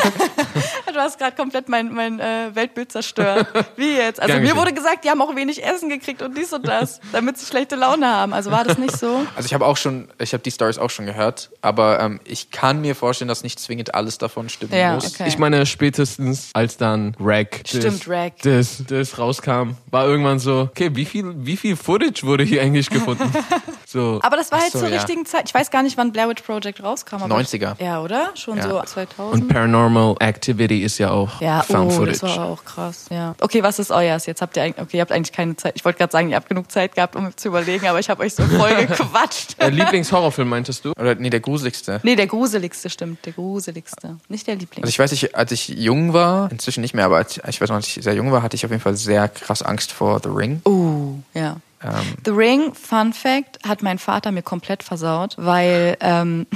A: Du hast gerade komplett mein, mein äh, Weltbild
C: *laughs*
A: zerstört. Wie jetzt? Also
C: Gern
A: mir
C: geschehen.
A: wurde gesagt, die haben auch wenig Essen gekriegt und dies und
C: *laughs*
A: das, damit sie schlechte Laune haben. Also war das nicht so?
B: Also ich habe auch schon, ich habe die Stories auch schon gehört, aber ähm, ich kann mir vorstellen, dass nicht zwingend alles davon stimmen
A: Ja,
B: muss.
A: okay.
C: Ich meine, spätestens als dann Rack,
A: Stimmt, Rag.
C: Das, das rauskam, war irgendwann so, okay, wie viel, wie viel Footage wurde hier
A: *laughs*
C: eigentlich gefunden? So,
A: Aber das war
B: Ach
A: halt
B: so,
A: zur
B: ja.
A: richtigen Zeit. Ich weiß gar nicht, wann Blair Witch Project rauskam. Aber
B: 90er.
A: Ja, oder? Schon
B: Ja.
A: so 2000.
C: und Paranormal Activity ist ja auch
A: ja, oh,
C: Found Footage.
A: das war auch krass. Ja. Okay, was ist euers? Jetzt habt ihr eigentlich, okay, ihr habt eigentlich keine Zeit. Ich wollte gerade sagen, ihr habt genug Zeit gehabt, um zu überlegen, aber ich habe euch so voll
C: *laughs*
A: gequatscht.
C: Äh, Lieblingshorrorfilm meintest du?
B: Oder nee, der gruseligste.
A: Nee, der gruseligste stimmt, der gruseligste. Nicht der Liebling.
B: Also ich weiß, ich, als ich jung war, inzwischen nicht mehr, aber als, ich weiß noch, als ich sehr jung war, hatte ich auf jeden Fall sehr krass Angst vor The Ring.
A: Oh, ja. The Ring, Fun Fact, hat mein Vater mir komplett versaut, weil ähm,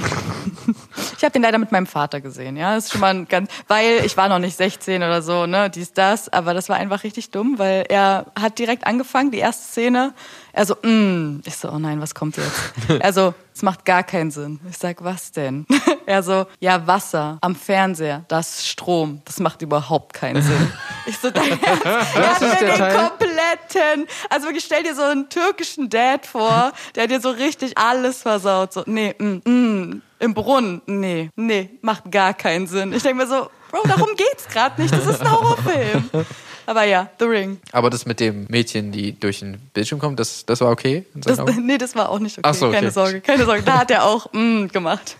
A: ich habe den leider mit meinem Vater gesehen, ja. Das ist schon mal ein ganz, weil ich war noch nicht 16 oder so, ne, dies, das, aber das war einfach richtig dumm, weil er hat direkt angefangen, die erste Szene, er so, mm, ich so, oh nein, was kommt
C: *laughs*
A: jetzt? Er so, es macht gar keinen Sinn. Ich sag, was denn? *laughs* Er so, ja, Wasser am Fernseher, das ist Strom, das macht überhaupt keinen
C: *laughs*
A: Sinn. Ich so, dein Ernst? Er hat
C: ist
A: mir
C: der
A: den
C: Teil?
A: kompletten, also wirklich, stell dir so einen türkischen Dad vor, der dir so richtig alles versaut, so, nee, mm, mm, im Brunnen, nee, nee, macht gar keinen Sinn. Ich denke mir so, Bro, darum geht's gerade nicht, das ist ein Horrorfilm. Aber ja, The Ring.
B: Aber das mit dem Mädchen, die durch den Bildschirm kommt, das, das war okay. in seinen
A: Das,
C: Genau.
A: *laughs*
B: Augen?
A: nee, das war auch nicht okay.
B: Ach so, okay.
A: Keine Sorge, keine Sorge. Da hat er auch mm, gemacht.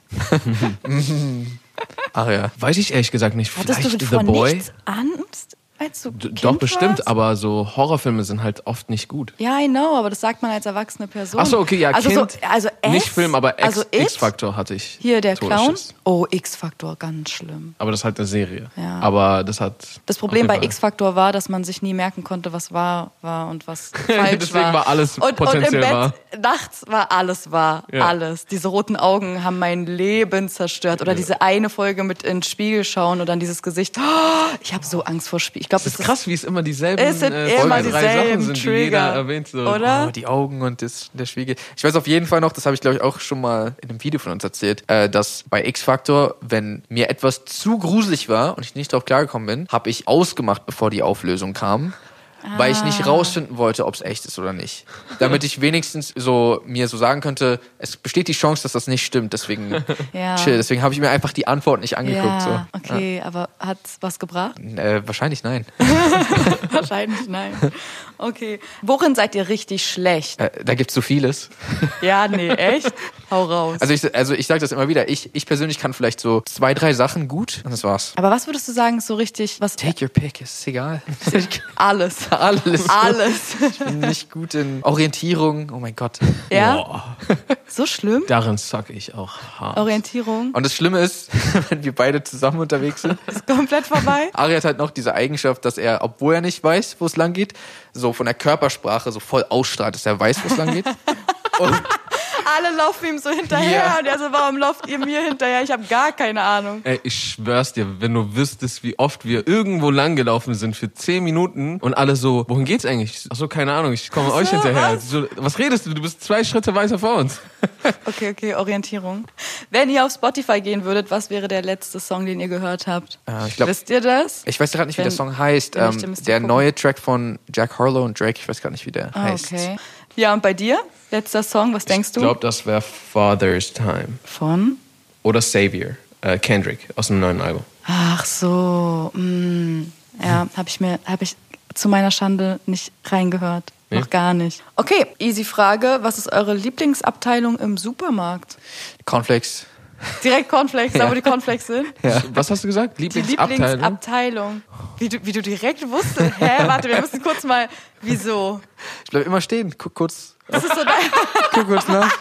B: Ach ja.
C: Weiß ich ehrlich gesagt nicht.
A: Hattest
C: Vielleicht
A: du
C: The
A: vor
C: Boy?
A: nichts Angst, als du
C: D-
A: kind
C: Doch, bestimmt,
A: warst?
C: aber so Horrorfilme sind halt oft nicht gut.
A: Ja, I know, aber das sagt man als erwachsene Person.
C: Ach so, okay, ja,
A: also
C: Kind,
A: So, also S,
C: nicht Film, aber X-
A: also It,
C: X-Faktor hatte ich.
A: Hier der Clown.
C: Todesschiss.
A: Oh, X-Faktor, ganz schlimm.
C: Aber das ist halt eine Serie.
A: Ja.
C: Aber das hat...
A: Das Problem
C: auf
A: bei
C: jeden Fall-
A: X-Faktor war, dass man sich nie merken konnte, was wahr war und
C: *laughs*
A: was falsch
C: Deswegen
A: war.
C: war alles
A: und, und im
C: potenziell
A: Bett
C: wahr.
A: nachts war alles wahr,
C: Ja.
A: alles. Diese roten Augen haben mein Leben zerstört. Oder diese eine Folge mit in den Spiegel schauen und dann dieses Gesicht. Oh, ich habe so Angst vor Spiegel. Ich glaube,
C: Es ist
A: das
C: krass, wie es immer dieselben
A: Es sind
C: äh,
A: immer
C: Folgen, drei Sachen
A: dieselben
C: sind, die jeder
A: Trigger,
C: erwähnt. So.
A: oder?
B: Oh, die Augen und das, der Spiegel. Ich weiß auf jeden Fall noch, das habe ich glaube ich auch schon mal in einem Video von uns erzählt, äh, dass bei X-Factor, wenn mir etwas zu gruselig war und ich nicht drauf klargekommen bin, habe ich ausgemacht, bevor die Auflösung kam. Weil ich nicht rausfinden wollte, ob es echt ist oder nicht. Damit ich wenigstens so mir so sagen könnte, es besteht die Chance, dass das nicht stimmt. Deswegen
A: Ja.
B: chill. Deswegen habe ich mir einfach die Antwort nicht
A: ja,
B: angeguckt. So.
A: okay, aber hat's was gebracht? *laughs*
B: Äh, wahrscheinlich nein.
A: Wahrscheinlich nein. Okay. Worin seid ihr richtig schlecht?
B: Äh, da gibt's so vieles.
A: Ja,
C: *laughs*
A: nee, echt? Hau raus.
B: Also ich, also ich sage das immer wieder. Ich, ich persönlich kann vielleicht so zwei, drei Sachen gut und das war's.
A: aber was würdest du sagen, ist so richtig, was *laughs*
B: Take your pick, ist egal.
A: alles.
B: *laughs* Alles.
A: Alles.
B: Ich bin nicht gut in Orientierung. Oh mein Gott.
A: Ja?
C: Boah,
A: *laughs* So schlimm?
C: darin suck ich auch hart.
A: Orientierung
B: Und das Schlimme ist, *laughs* wenn wir beide zusammen unterwegs sind,
A: ist komplett vorbei.
B: Ari hat halt noch diese Eigenschaft, dass er, obwohl er nicht weiß, wo es lang geht, so von der Körpersprache so voll ausstrahlt, dass er weiß, wo es lang *laughs* geht. Und
A: *laughs* Alle laufen ihm so hinterher
B: Ja.
A: und er so, warum lauft ihr mir hinterher? Ich habe gar keine Ahnung.
C: Ey, ich schwör's dir, wenn du wüsstest, wie oft wir irgendwo langgelaufen sind für 10 Minuten und alle so, wohin geht's eigentlich? Ach so, keine Ahnung, ich komme euch hinterher. Was? So, was redest du? Du bist zwei Schritte weiter vor uns.
A: Okay, okay, Orientierung. Wenn ihr auf Spotify gehen würdet, was wäre der letzte Song, den ihr gehört habt?
B: Äh, ich glaub-
A: Wisst ihr das?
B: ich weiß gerade nicht, wie der
A: Wenn-
B: Song heißt.
A: wenn nicht, dann
B: Ähm,
A: müsst ihr
B: der
A: gucken.
B: neue Track von Jack Harlow und Drake, ich weiß gar nicht, wie der
A: Ah,
B: heißt.
A: okay. Ja, und bei dir? Letzter Song, was denkst du?
C: das wäre Father's Time
A: Von?
C: oder Savior, äh, Kendrick aus dem neuen Album.
A: Ach so. mm, Ja, habe ich mir, habe ich zu meiner Schande nicht reingehört.
C: Nee.
A: Noch gar nicht. Okay, easy Frage. Was ist eure Lieblingsabteilung im Supermarkt?
B: Cornflakes.
A: Direkt Cornflakes, da wo die Cornflakes sind.
C: Was hast du gesagt? ne?
A: Die
C: Lieblingsabteilung?
A: Lieblingsabteilung. Wie du, wie du direkt wusstest. Hä, warte, wir müssen kurz mal. Wieso?
B: Ich bleib immer stehen. Guck kurz,
A: Das ist so dein,
B: guck kurz *laughs* nach.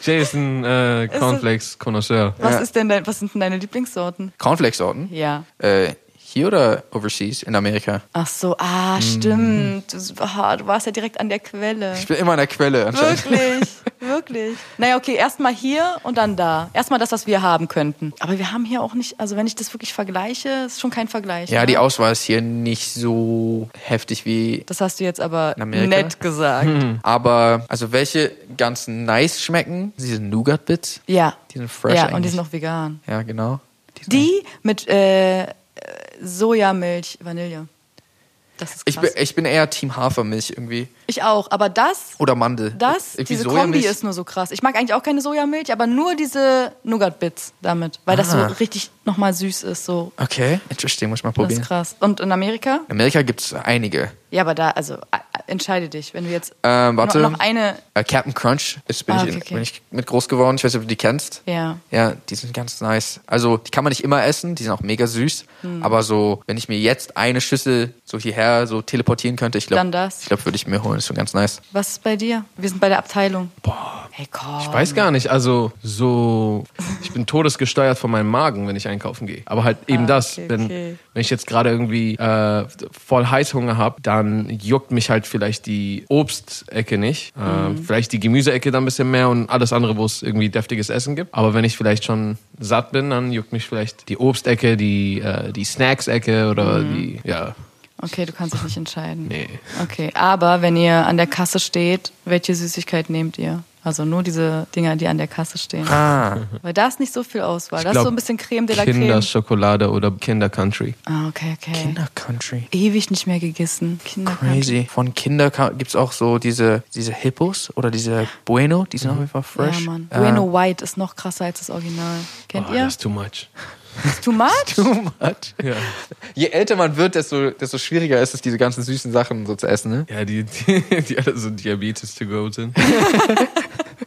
C: Jason äh, Cornflakes Connoisseur.
A: was,
B: Ja.
A: ist denn dein, was sind denn deine Lieblingssorten?
B: Cornflakes-Sorten?
A: Ja.
B: Äh, hier oder overseas in Amerika?
A: Ach so, ah, stimmt. Du, ah, du warst ja direkt an der Quelle.
B: Ich bin immer an der Quelle anscheinend.
A: Wirklich, wirklich. Naja, okay, erstmal hier und dann da. Erstmal das, was wir haben könnten. Aber wir haben hier auch nicht, also wenn ich das wirklich vergleiche, ist schon kein Vergleich.
B: Ja,
A: ne?
B: die Auswahl ist hier nicht so heftig wie.
A: Das hast du jetzt aber
B: In Amerika? Hm.
A: nett gesagt.
B: Aber, also welche ganz nice schmecken, diese Nougat-Bits,
A: Ja.
B: die sind fresh
A: Ja,
B: eigentlich.
A: und die sind auch vegan.
B: ja, genau. sind-
A: Die mit äh, äh, Sojamilch, Vanille. Das ist krass.
B: Ich bin, ich bin eher Team Hafermilch irgendwie.
A: ich auch, aber das
B: Oder Mandel.
A: Das,
B: Irgendwie
A: diese
B: Sojamilch.
A: Kombi ist nur so krass. Ich mag eigentlich auch keine Sojamilch, aber nur diese Nougat-Bits damit, weil das so
B: Ah.
A: richtig nochmal süß ist. So.
B: Okay, interesting, muss ich mal
A: Das ist
B: probieren.
A: krass. Und in Amerika?
B: In Amerika gibt es einige.
A: Ja, aber da, also äh, äh, entscheide dich, wenn du jetzt
B: Ähm, warte.
A: noch, noch eine.
B: Äh, Captain Crunch ist, bin,
A: Ah,
B: ich in,
A: okay, okay.
B: bin ich mit groß geworden. Ich weiß nicht, ob du die kennst.
A: Ja.
B: Ja, die sind ganz nice. Also, die kann man nicht immer essen, die sind auch mega süß.
A: Hm.
B: Aber so, wenn ich mir jetzt eine Schüssel so hierher so teleportieren könnte, ich
A: Dann
B: glaube,
A: das.
B: ich glaube, würde ich mir holen. Ist schon ganz nice.
A: Was ist bei dir? Wir sind bei der Abteilung. Boah. Hey, komm.
C: Ich weiß gar nicht, also so, ich bin todesgesteuert von meinem Magen, wenn ich einkaufen gehe. Aber halt eben
A: Ah,
C: das,
A: okay,
C: wenn,
A: okay.
C: wenn ich jetzt gerade irgendwie äh, voll Heißhunger habe, dann juckt mich halt vielleicht die Obstecke nicht, äh,
A: Mhm.
C: vielleicht die Gemüseecke dann ein bisschen mehr und alles andere, wo es irgendwie deftiges Essen gibt. Aber wenn ich vielleicht schon satt bin, dann juckt mich vielleicht die Obstecke, die, äh, die Snacks-Ecke oder
A: Mhm.
C: die, ja,
A: Okay, du kannst dich nicht entscheiden.
C: nee.
A: Okay, aber wenn ihr an der Kasse steht, welche Süßigkeit nehmt ihr? Also nur diese Dinger, die an der Kasse stehen.
B: Ah,
A: Weil da ist nicht so viel Auswahl. Da ist
C: glaub,
A: so ein bisschen Creme de la Creme.
C: Kinderschokolade oder Kinder Country.
A: Ah, okay, okay.
B: Kinder Country.
A: ewig nicht mehr gegessen. Kinder
B: Crazy. Von Kinder gibt es auch so diese, diese Hippos oder diese Bueno, die sind auf jeden Fall
A: Ja,
B: fresh.
A: Mann.
B: Äh,
A: Bueno White ist noch krasser als das Original. Kennt
C: Oh,
A: ihr?
C: that's too much.
A: Ist too much?
B: Too *laughs* much.
C: Ja.
B: Je älter man wird, desto, desto schwieriger ist es, diese ganzen süßen Sachen so zu essen, ne?
C: Ja, die, die, die alle so Diabetes to go sind.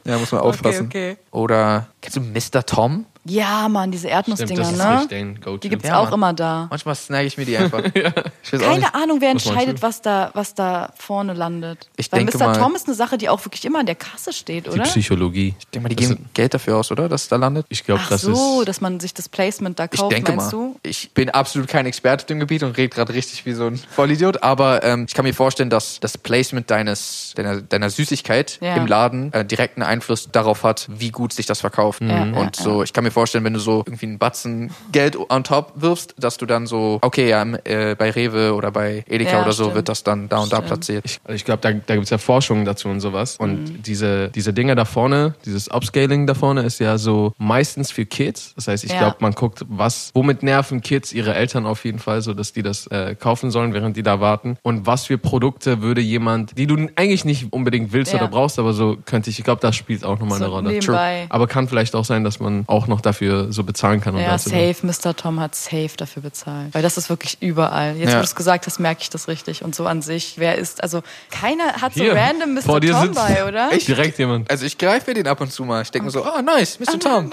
B: Ja, muss man aufpassen.
A: okay.
B: Oder kennst du Mr. Tom?
A: Ja, Mann, diese Erdnussdinger,
C: Stimmt, das ist echt
A: ne?
C: dein Go-To.
A: Die gibt's
B: Ja,
A: auch
B: Mann.
A: immer da.
B: Manchmal snag ich mir die *laughs* einfach. Ich weiß auch nicht.
A: Keine Ahnung, wer
C: Was meinst
A: entscheidet,
C: du?
A: was da, was da vorne landet.
B: Ich
A: Weil
B: denke
A: Mr.
B: mal-
A: Tom ist eine Sache, die auch wirklich immer an der Kasse steht,
C: Die
A: oder?
C: Psychologie.
B: Ich denke mal, die
C: Das
B: geben Geld dafür aus, oder? Dass es da landet?
C: sind- Ich glaube,
A: Ach
C: das
A: so,
C: ist.
A: dass man sich das Placement da
B: Ich
A: kauft,
B: denke mal.
A: meinst du?
B: Ich bin absolut kein Experte auf dem Gebiet und rede gerade richtig wie so ein Vollidiot, aber ähm, ich kann mir vorstellen, dass das Placement deines, deiner, deiner Süßigkeit
A: Ja.
B: im Laden äh, direkten Einfluss darauf hat, wie gut sich das verkauft.
A: Ja, ja,
B: und so, ich kann mir vorstellen, wenn du so irgendwie einen Batzen Geld on top wirfst, dass du dann so, okay, ja, im, äh, bei Rewe oder bei Edeka
A: Ja,
B: oder so
A: stimmt.
B: wird das dann da und da
A: Stimmt.
B: platziert.
C: Ich, also ich glaube, da, da gibt es ja Forschungen dazu und sowas. Und
A: Mhm.
C: diese, diese Dinger da vorne, dieses Upscaling da vorne, ist ja so meistens für Kids. Das heißt, ich
A: Ja.
C: glaube, man guckt, was, womit nerven Kids ihre Eltern auf jeden Fall, so dass die das äh, kaufen sollen, während die da warten. Und was für Produkte würde jemand, die du eigentlich nicht unbedingt willst
A: Ja.
C: oder brauchst, aber so könnte ich, ich glaube, das spielt auch nochmal
A: So
C: eine Rolle.
A: nebenbei.
C: Aber kann vielleicht auch sein, dass man auch noch dafür so bezahlen kann. und
A: Ja,
C: das
A: safe. Mr. Tom hat safe dafür bezahlt. Weil das ist wirklich überall. Jetzt,
B: Ja.
A: wo du es gesagt hast, merke ich das richtig. Und so an sich, wer ist, also keiner hat so
C: Hier,
A: random Mr.
C: vor dir
A: Tom
C: sitzt-
A: bei, oder?
B: Ich-
C: Direkt jemand.
B: Also ich greife mir den ab und zu mal. Ich denke mir so, ah, nice, Mr. Tom.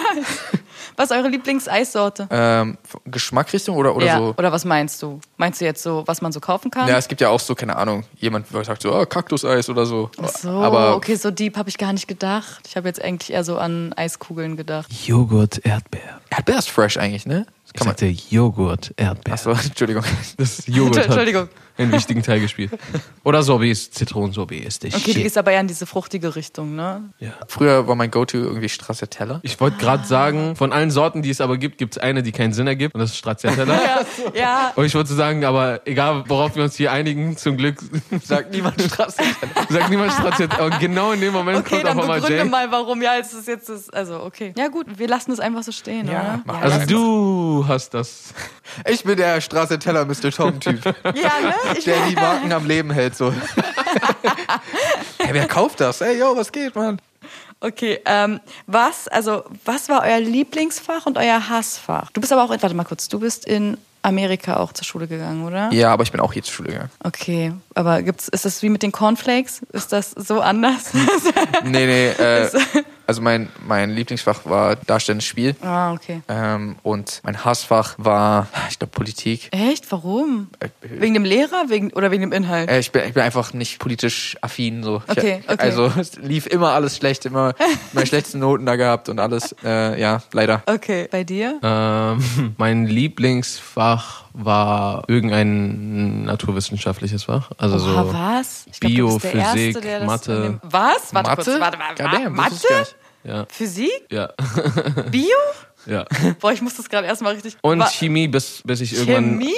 A: Was ist eure Lieblingseissorte?
B: Ähm, Geschmackrichtung oder, oder
A: ja.
B: so?
A: Oder was meinst du? Meinst du jetzt so, was man so kaufen kann?
B: Ja, es gibt ja auch so, keine Ahnung, jemand sagt so, ah, Kaktuseis oder so.
A: Ach so,
B: Aber
A: okay, so deep habe ich gar nicht gedacht. Ich habe jetzt eigentlich eher so an Eiskugeln gedacht.
C: Joghurt, Erdbeer.
B: Erdbeer ist fresh eigentlich, ne? Das
C: Ich
B: kann man. *laughs*
C: sagte Joghurt, Erdbeer.
B: Achso, Entschuldigung.
C: Das Joghurt
A: Entschuldigung.
C: hat einen wichtigen Teil gespielt. Oder Sorbets, Zitronensorbet ist der
A: Okay, du
C: Shit.
A: gehst aber eher in diese fruchtige Richtung, ne?
C: Ja.
B: Früher war mein Go-To irgendwie Stracciatella.
C: Ich wollte gerade sagen, von allen Sorten, die es aber gibt, gibt es eine, die keinen Sinn ergibt und das ist Stracciatella.
A: Ja,
C: Und ich wollte sagen, aber egal, worauf wir uns hier einigen, zum Glück *laughs*
B: Sagt niemand Stracciatella.
C: sagt niemand Stracciatella. Und genau in dem Moment
A: okay,
C: kommt
A: dann
C: auf einmal
A: begründe
C: Jay.
A: mal, warum. Ja, es ist jetzt, das, also okay. Ja gut, wir lassen es einfach so stehen,
B: Ja,
A: oder?
B: mach
A: Ja,
C: Also du hast das.
B: Ich bin der Stracciatella Mr. Tom-Typ,
A: Ja, ne? Ich
B: der die Marken am Leben
A: *laughs*
B: hält. So. hey, wer kauft das? Ey, yo, was geht, Mann?
A: Okay, ähm, was, also, was war euer Lieblingsfach und euer Hassfach? Du bist aber auch, in- warte mal kurz, du bist in Amerika auch zur Schule gegangen, oder?
B: Ja, aber ich bin auch hier zur Schule gegangen.
A: Okay, aber gibt's, ist das wie mit den Cornflakes? Ist das so
B: *laughs*
A: anders?
B: Nee, nee.
A: *laughs*
B: Äh, also mein, mein Lieblingsfach war Darstellendes Spiel.
A: ah, okay.
B: Ähm, und mein Hassfach war, ich glaube, Politik.
A: Echt? Warum?
B: Äh,
A: Wegen dem Lehrer wegen, oder wegen dem Inhalt?
B: Äh, Ich bin, ich bin einfach nicht politisch affin. So. Ich,
A: Okay, okay.
B: Also es lief immer alles
A: *laughs*
B: schlecht, immer meine schlechtesten Noten da gehabt und alles. Äh, ja, leider.
A: Okay, bei dir?
C: Ähm, mein Lieblingsfach war irgendein naturwissenschaftliches Fach. Also
A: Oha,
C: so
A: was? Ich glaub, du
C: Bio,
A: bist der Erste,
C: Physik,
A: der das in
C: Mathe.
A: dem- Was? Warte
B: Mathe?
A: kurz, warte, warte, warte,
B: Goddamn, das wusste ich gar
A: Mathe?
B: nicht.
C: Ja,
A: Physik?
C: ja,
A: Bio?
C: *laughs* ja.
A: Boah, ich muss das gerade erstmal richtig...
C: Und
A: Wa-
C: Chemie, bis, bis ich irgendwann
A: Chemie?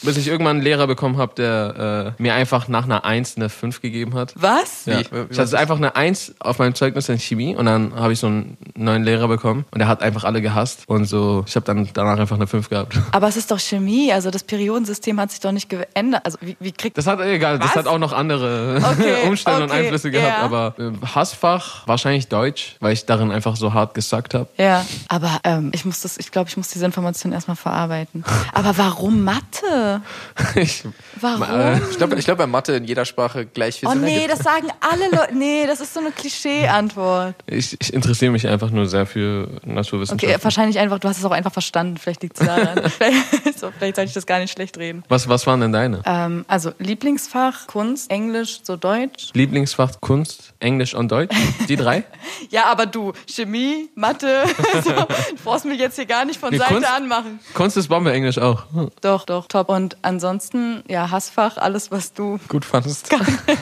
C: bis ich irgendwann einen Lehrer bekommen habe, der äh, mir einfach nach einer 1 eine 5 gegeben hat.
A: Was?
B: Wie?
C: Ja.
B: Wie
C: Ich
B: war das?
C: hatte einfach eine Eins auf meinem Zeugnis in Chemie und dann habe ich so einen neuen Lehrer bekommen und der hat einfach alle gehasst und so, ich habe dann danach einfach eine Fünf gehabt. *laughs*
A: Aber es ist doch Chemie, also das Periodensystem hat sich doch nicht geändert. Also wie, wie kriegt
C: Das hat, egal, das
A: Was?
C: hat auch noch andere *laughs*
A: Okay,
C: Umstände und
A: okay,
C: Einflüsse
A: ja.
C: gehabt, aber äh, Hassfach wahrscheinlich Deutsch, weil ich darin einfach so hart gesackt habe.
A: Ja, aber ähm, ich muss das, ich glaube, ich muss diese Information erstmal
C: *laughs*
A: verarbeiten. Aber warum Mathe?
C: *laughs* Ich-
A: Warum?
C: äh,
B: Ich glaube, ich glaub, bei Mathe in jeder Sprache gleich viel
A: oh
B: Sinn
A: nee,
B: ergibt.
A: das sagen alle
C: *laughs*
A: Leute. Nee, das ist so eine Klischee-Antwort.
C: Ich, ich interessiere mich einfach nur sehr für Naturwissenschaften.
A: Okay, wahrscheinlich einfach, du hast es auch einfach verstanden. Vielleicht liegt es
C: *laughs*
A: daran. vielleicht, *laughs* so, vielleicht sollte ich das gar nicht schlecht reden.
C: was, was waren denn deine?
A: Ähm, also Lieblingsfach, Kunst, Englisch, so Deutsch.
C: Lieblingsfach Kunst, Englisch und Deutsch? Die
A: *laughs*
C: drei?
A: Ja, aber du, Chemie, Mathe, *laughs* so, du brauchst mich jetzt hier gar nicht von
C: Nee,
A: Seite
C: Kunst-
A: anmachen.
C: Kunst ist Bombe, Englisch auch. Hm,
A: Doch, doch, top. Und ansonsten, ja, Hassfach, alles, was
C: *laughs*
A: du
B: gut fandest.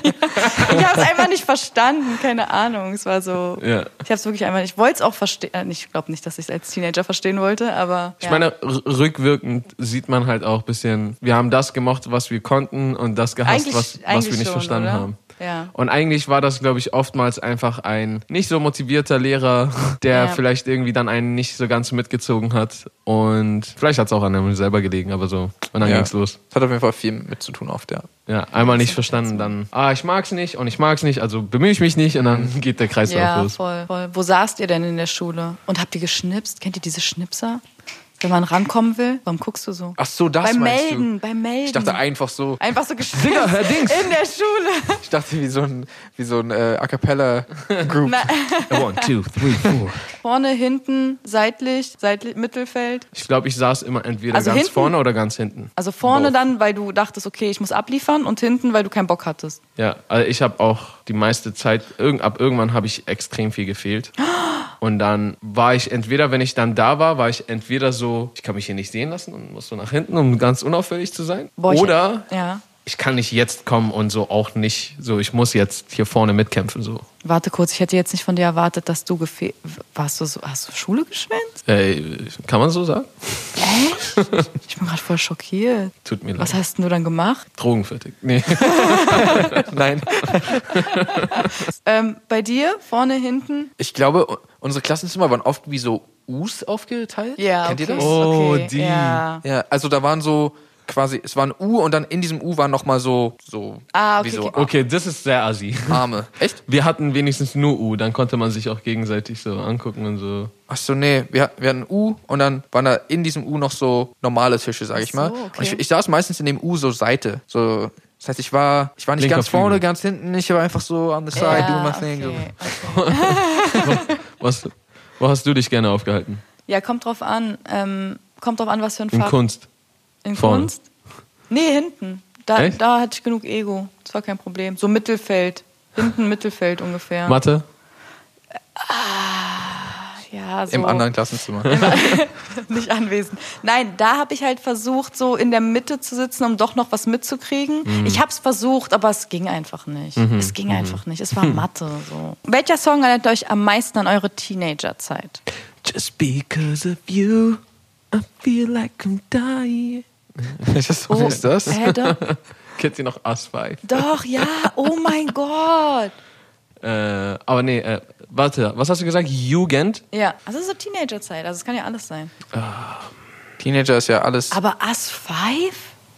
A: Ich habe es einfach nicht verstanden, keine Ahnung. Es war so.
C: Ja.
A: Ich habe es wirklich einfach nicht. Ich wollte es auch verstehen. Ich glaube nicht, dass ich es als Teenager verstehen wollte, aber.
C: Ich
A: ja.
C: meine, r- rückwirkend sieht man halt auch ein bisschen, wir haben das gemocht, was wir konnten und das gehasst,
A: Eigentlich-
C: was, was
A: eigentlich
C: wir nicht
A: schon,
C: verstanden
A: oder?
C: haben.
A: Ja.
C: Und eigentlich war das, glaube ich, oftmals einfach ein nicht so motivierter Lehrer, *laughs* der
A: Ja.
C: vielleicht irgendwie dann einen nicht so ganz mitgezogen hat. Und vielleicht hat es auch an einem selber gelegen, aber so. Und dann
B: Ja.
C: ging's los.
B: Das hat auf jeden Fall viel mit zu tun oft, ja.
C: Ja, einmal nicht verstanden, dann, ah, ich mag's nicht und ich mag's nicht, also bemühe ich mich nicht und dann *laughs* geht der Kreislauf
A: ja,
C: los.
A: voll, voll. Wo saßt ihr denn in der Schule? Und habt ihr geschnipst? Kennt ihr diese Schnipser? Wenn man rankommen will, warum guckst du so?
B: Ach so, das
A: beim
B: meinst
A: Melden,
B: du?
A: beim Melden.
B: Ich dachte einfach so,
A: einfach so geschnipst
C: Digga, Herr Dings.
A: in der Schule.
B: ich dachte wie so ein, wie so ein äh, A Cappella
A: *laughs*
B: Group.
C: One, two, three, four.
A: Vorne, hinten, seitlich, seitlich, Mittelfeld.
C: Ich glaube, ich saß immer entweder
A: Also
C: ganz
A: hinten?
C: vorne oder ganz hinten.
A: Also vorne
C: Both.
A: dann, weil du dachtest, okay, ich muss abliefern und hinten, weil du keinen Bock hattest.
C: Ja, also ich habe auch die meiste Zeit, irgend, ab irgendwann habe ich extrem
A: *gasps*
C: viel gefehlt. Und dann war ich entweder, wenn ich dann da war, war ich entweder so, ich kann mich hier nicht sehen lassen und muss so nach hinten, um ganz unauffällig zu sein.
A: Boah, ich-
C: oder
A: Ja.
C: ich kann nicht jetzt kommen und so auch nicht, so ich muss jetzt hier vorne mitkämpfen. So.
A: Warte kurz, ich hätte jetzt nicht von dir erwartet, dass du gefehlt. Warst du so, hast du Schule geschwänzt?
C: Äh, kann man so sagen?
A: Ich bin gerade voll schockiert.
C: Tut mir
A: Was
C: leid.
A: hast denn du dann gemacht?
C: Drogenfertig.
A: *laughs*
C: Nee.
B: Nein.
A: Ähm, bei dir, vorne, hinten?
B: Ich glaube, u- unsere Klassenzimmer waren oft wie so U's aufgeteilt. Kennt ihr das?
C: Oh, die.
A: Ja.
B: Ja, also da waren so quasi, es war ein U und dann in diesem U waren nochmal so, so,
A: Ah, okay,
B: wie so
A: okay.
C: Okay, das ist sehr assi.
B: Arme. Echt?
C: Wir hatten wenigstens nur U, dann konnte man sich auch gegenseitig so angucken und so.
B: Ach so, nee, wir, hat- wir hatten ein U und dann waren da in diesem U noch so normale Tische, sag ich
A: Ach so,
B: mal.
A: okay.
B: Und ich, ich saß meistens in dem U so Seite, so... Das heißt, ich war, ich war nicht
C: Linker
B: ganz vorne,
C: Flügel.
B: ganz hinten, ich war einfach so on the side,
A: Ja,
B: doing my thing. So.
A: okay.
C: Was, wo hast du dich gerne aufgehalten?
A: ja, kommt drauf an. Ähm, kommt drauf an, was für ein
C: In
A: Fach.
C: Kunst.
A: In
C: Vorne.
A: Kunst? Nee, hinten. Da,
C: Echt?
A: da hatte ich genug Ego. Das war kein Problem. So Mittelfeld. Hinten Mittelfeld ungefähr.
C: Mathe?
A: ja, so.
B: Im anderen Klassenzimmer.
A: *laughs*
B: *laughs*
A: nicht anwesend. Nein, da habe ich halt versucht, so in der Mitte zu sitzen, um doch noch was mitzukriegen. Ich habe es versucht, aber es ging einfach nicht. Es ging einfach nicht. Es war Mathe. So. Welcher Song erinnert euch am meisten an eure Teenagerzeit?
C: Just because of you, I feel like I'm *laughs* dying.
B: Welcher
C: Oh.
B: Song ist das?
A: Hä, doch,
C: *laughs* Kennt ihr noch Us 5?
A: doch, ja. Oh mein Gott.
C: Äh, aber nee, äh, warte, was hast du gesagt? Jugend?
A: Ja, also so Teenagerzeit. Also es kann ja alles sein.
B: Teenager ist ja alles.
A: Aber Us 5?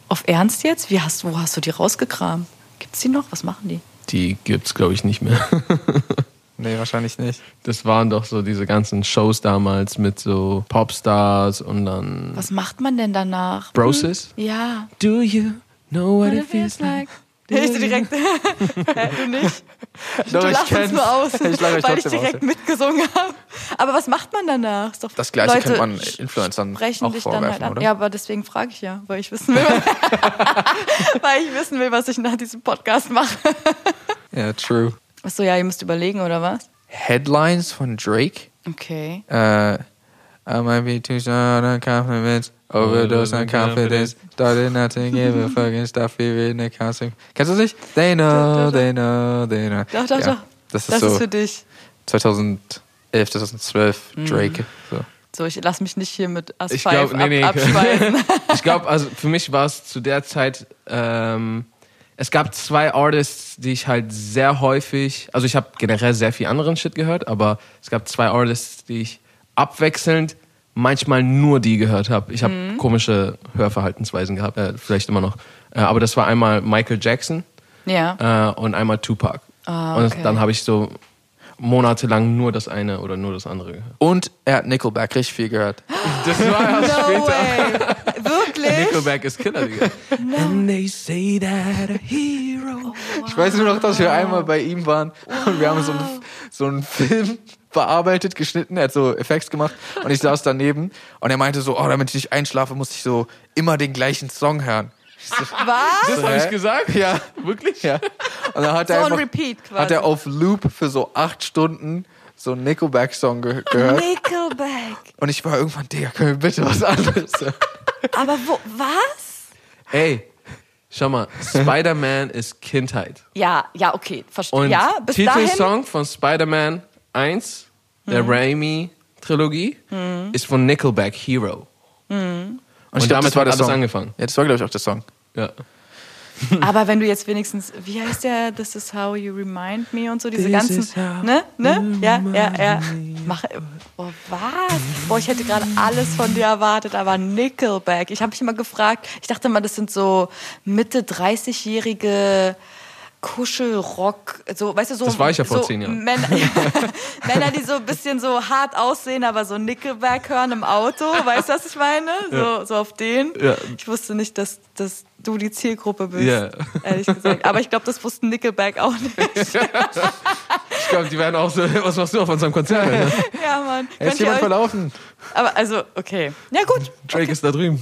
A: Auf Ernst jetzt? Wie hast, wo hast du die rausgekramt? Gibt's die noch? Was machen die?
C: Die gibt's, glaube ich, nicht mehr. *laughs*
B: Nee, wahrscheinlich nicht.
C: Das waren doch so diese ganzen Shows damals mit so Popstars und
B: Hm.
C: dann
A: Was macht man denn danach?
C: Broses.
A: Ja.
C: Do you know what it feels like?
A: Ich so direkt. *laughs* Hä, du
B: *laughs*
A: nicht? du lachst uns nur aus,
B: Ich lache euch
A: weil ich
B: trotzdem
A: direkt
B: aus.
A: mitgesungen habe. Aber was macht man danach? Ist doch
B: Das Gleiche
A: Leute
B: könnte man Influencern
A: sprechen
B: auch
A: dich dann
B: vorwerfen,
A: halt an.
B: oder?
A: Ja, aber deswegen frage ich ja, weil ich wissen will, *laughs* weil ich wissen will, was ich nach diesem Podcast mache.
B: Ja, true.
A: Achso, ja, ihr müsst überlegen, oder was?
B: Headlines von Drake. uh,
A: Okay.
B: Äh, I might be too short on compliments. Overdose on confidence. Started not to give a fucking stuff. We read the constant. Kennst du das nicht? They know, they know, they know.
A: Doch, doch,
B: Ja,
A: doch.
B: Das ist
A: Das ist
B: so
A: für dich.
B: 2011, 2012 Drake. So.
A: So, ich lass mich nicht hier mit Ass
C: Ich
A: 5
C: glaub, nee, nee.
A: ab,
C: *laughs*
A: abschweifen.
C: Ich glaube, also für mich war es zu der Zeit, ähm, es gab zwei Artists, die ich halt sehr häufig, also ich habe generell sehr viel anderen Shit gehört, aber es gab zwei Artists, die ich abwechselnd manchmal nur die gehört habe. Ich habe
A: Mhm.
C: komische Hörverhaltensweisen gehabt, äh, vielleicht immer noch. Äh, aber das war einmal Michael Jackson
A: ja.
C: äh, und einmal Tupac.
A: Ah, okay.
C: Und dann habe ich so monatelang nur das eine oder nur das
A: *laughs*
C: andere gehört.
B: Und er hat Nickelback richtig viel gehört.
C: Das war ja
A: No way.
C: *laughs*
A: Wirklich?
C: Nickelback ist Killer, Digga. And they say that a hero.
B: Ich weiß nur noch, dass wir einmal bei ihm waren und wir haben so einen, so einen Film *laughs* bearbeitet, geschnitten, er hat so Effekts gemacht und ich saß daneben und er meinte so, oh, damit ich nicht einschlafe, muss ich so immer den gleichen Song hören.
A: Was?
C: Das habe
B: hä?
C: ich gesagt?
B: Ja.
C: Wirklich?
B: Ja. Und dann hat
A: So
B: er
A: on
B: einfach,
A: repeat quasi.
B: hat er auf Loop für so acht Stunden so einen Nickelback-Song ge gehört
A: Nickelback.
B: und ich war irgendwann, Digga, können wir bitte was anderes hören?
A: Aber wo, was?
C: Ey, schau mal, Spider-Man ist Kindheit.
A: Ja, ja, okay, verstehe.
C: Und
A: Ja, bis dahin. Hm.
C: Titelsong von Spider-Man 1, der Raimi-Trilogie, ist von Nickelback Hero. Und,
B: ich glaub,
C: damit
B: das war
C: hat
B: der
C: alles
B: Song.
C: angefangen.
B: Ja, das war, glaube ich, auch der Song.
C: Ja. *laughs*
A: Aber wenn du jetzt wenigstens, wie heißt der, This is how you remind me und so, diese
C: This
A: ganzen,
C: is how
A: ne, ne,
C: you
A: ja, ja, ja. Mach, oh, was? Boah, ich hätte gerade alles von dir erwartet, aber Nickelback. Ich habe mich immer gefragt, ich dachte mal, das sind so Mitte 30-jährige Kuschelrock, so, weißt du, so.
C: Das war ich ja vor
A: so
C: zehn Jahren.
A: Männer, *laughs* Männer, die so ein bisschen so hart aussehen, aber so Nickelback hören im Auto, weißt du, was ich meine? So, so auf den.
C: Ja.
A: Ich wusste nicht, dass, dass du die Zielgruppe bist,
C: Ja.
A: ehrlich gesagt. Aber ich glaube, das wussten Nickelback auch nicht.
C: *laughs* Ich glaube, die werden auch so, *laughs* was machst du auf unserem Konzert? Ne?
A: Ja, Mann.
B: Er
A: Könnt
B: ist
A: ihr
B: jemand
A: euch,
B: verlaufen.
A: aber also, okay. Ja, gut.
C: Drake ist da drüben.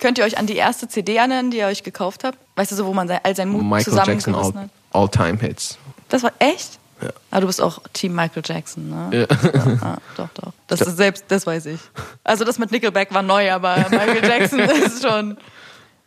A: Könnt ihr euch an die erste CD erinnern, die ihr euch gekauft habt? Weißt du so, wo man sein, all seinen Mut
C: Michael Jackson,
A: zusammengerissen
C: All-
A: hat?
C: All-Time-Hits.
A: Das war echt? Ja. Ah, du bist auch Team Michael Jackson, ne?
C: ja.
A: Ah, doch, doch. Das ist selbst, das weiß ich. Also das mit Nickelback war neu, aber Michael
C: *laughs*
A: Jackson ist schon.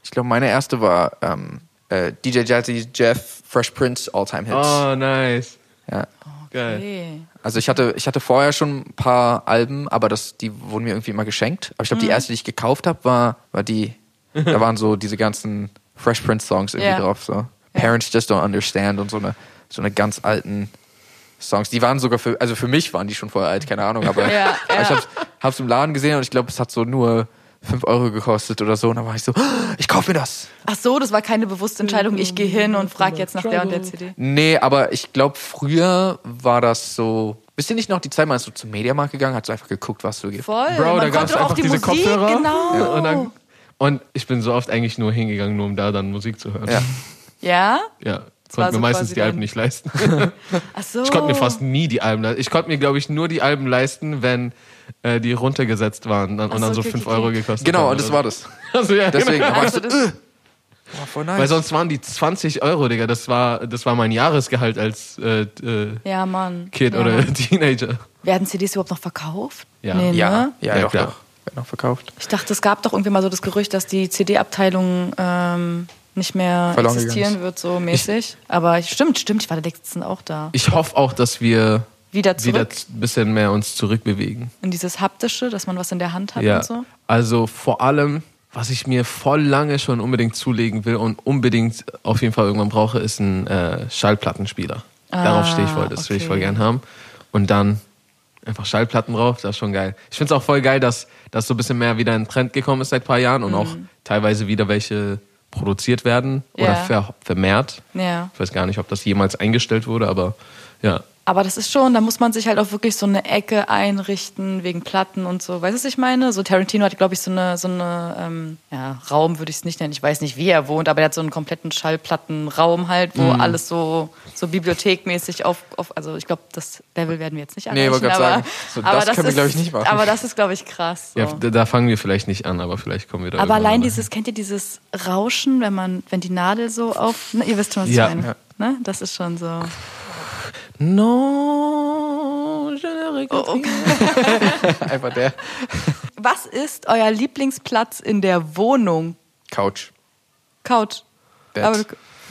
B: Ich glaube, meine erste war ähm, äh, DJ Jazzy Jeff Fresh Prince All-Time Hits.
A: Ah.
C: Oh, nice.
B: Ja.
C: Geil.
A: Hey.
B: Also ich hatte, ich hatte vorher schon ein paar Alben, aber das, die wurden mir irgendwie immer geschenkt. Aber ich
A: Mhm.
B: glaube, die erste, die ich gekauft habe, war, war die. Da waren so diese ganzen Fresh Prince Songs irgendwie
A: Ja.
B: drauf. So. Parents Just Don't Understand und so eine, so eine ganz alten Songs. Die waren sogar für, also für mich waren die schon vorher alt, keine Ahnung,
A: *laughs*
B: aber
A: Ja,
B: aber *laughs* ich
A: ja.
B: hab's, hab's im Laden gesehen und ich glaube, es hat so nur 5 Euro gekostet oder so. Und dann war ich so, "Ah, ich kaufe mir das.
A: Ach so, das war keine bewusste Entscheidung. Ich gehe hin und frage jetzt nach der und der CD.
B: Nee, aber ich glaube, früher war das so. Wisst ihr nicht noch die Zeit, man ist so zum Mediamarkt gegangen, hat so einfach geguckt, was so gibt?
A: Voll.
C: Bro,
A: man
C: da gab
A: konnte
C: es
A: doch
C: einfach
A: auch die
C: diese
A: Musik,
C: Kopfhörer.
A: Genau.
C: Ja,
A: Ja,
C: und, dann, und ich bin so oft eigentlich nur hingegangen, nur um da dann Musik zu hören. *laughs*
B: Ja.
C: Ja,
A: war
C: konnte mir
A: so
C: meistens
A: quasi
C: die Alben
A: dein-
C: nicht leisten.
A: Ach so.
C: Ich konnte mir fast nie die Alben leisten. Ich konnte mir, glaube ich, nur die Alben leisten, wenn äh, die runtergesetzt waren dann,
A: Ach
C: und dann
A: so,
C: so
A: okay,
C: 5
A: okay,
C: Euro
A: okay.
C: gekostet
B: Genau,
C: haben
B: und das
C: oder
B: war das.
C: so. *laughs* Also, ja,
B: Deswegen,
C: genau.
B: da war ich
A: Also
B: so,
A: das,
B: oh, voll nice.
C: Weil sonst waren die 20 Euro, Digga, das war, das war mein Jahresgehalt als äh, äh,
A: ja, Mann.
C: Kid
A: ja.
C: oder *laughs* Teenager.
A: Werden CDs überhaupt noch verkauft?
C: Ja.
A: Nee,
B: ja,
A: Ne?
B: ja,
C: Ja,
B: doch,
C: klar.
B: doch. Wird noch verkauft.
A: Ich dachte, es gab doch irgendwie mal so das Gerücht, dass die CD-Abteilung ähm, nicht mehr
B: Verloren gegangen
A: existieren wird, so mäßig. Aber ich, stimmt, stimmt, ich war letztens auch da.
C: Ich hoffe auch, dass wir
A: Wieder zurück
C: wieder ein bisschen mehr uns zurückbewegen.
A: in dieses Haptische, dass man was in der Hand hat
C: Ja.
A: und so.
C: Also vor allem, was ich mir voll lange schon unbedingt zulegen will und unbedingt auf jeden Fall irgendwann brauche, ist ein äh, Schallplattenspieler. Darauf stehe ich voll, das will ich
A: Ah, okay.
C: voll gern haben. Und dann einfach Schallplatten drauf, das ist schon geil. Ich finde es auch voll geil, dass das so ein bisschen mehr wieder in den Trend gekommen ist seit ein paar Jahren und auch teilweise wieder welche produziert werden oder
A: Mhm. Ja.
C: ver vermehrt.
A: Ja.
C: Ich weiß gar nicht, ob das jemals eingestellt wurde, aber ja.
A: Aber das ist schon, da muss man sich halt auch wirklich so eine Ecke einrichten wegen Platten und so. Weißt du, was ich meine? So Tarantino hat, glaube ich, so eine, so eine ähm, ja, Raum würde ich es nicht nennen. Ich weiß nicht, wie er wohnt, aber er hat so einen kompletten Schallplattenraum halt,
B: Mhm.
A: wo alles so, so bibliothekmäßig auf, auf also ich glaube, das Level werden wir jetzt nicht
B: Nee,
A: erreichen.
B: wollte gerade
A: aber,
B: sagen, so
A: aber
B: das können wir,
A: ist-
B: glaub ich, nicht machen.
A: Aber das ist, glaube ich, krass. So.
C: ja. d- Da fangen wir vielleicht nicht an, aber vielleicht kommen wir da
A: Oh. aber
C: irgendwann
A: allein
B: genau.
C: mal hin.
A: dieses, kennt ihr dieses Rauschen, wenn man, wenn die Nadel so auf, ne, ihr wisst schon, was
C: Ja.
A: ich meine.
C: Ja.
A: Ne? Das ist schon so.
C: No, generic.
A: Oh, okay.
B: Einfach der.
A: Was ist euer Lieblingsplatz in der Wohnung?
B: Couch.
A: Couch.
B: Bett.
A: Aber du-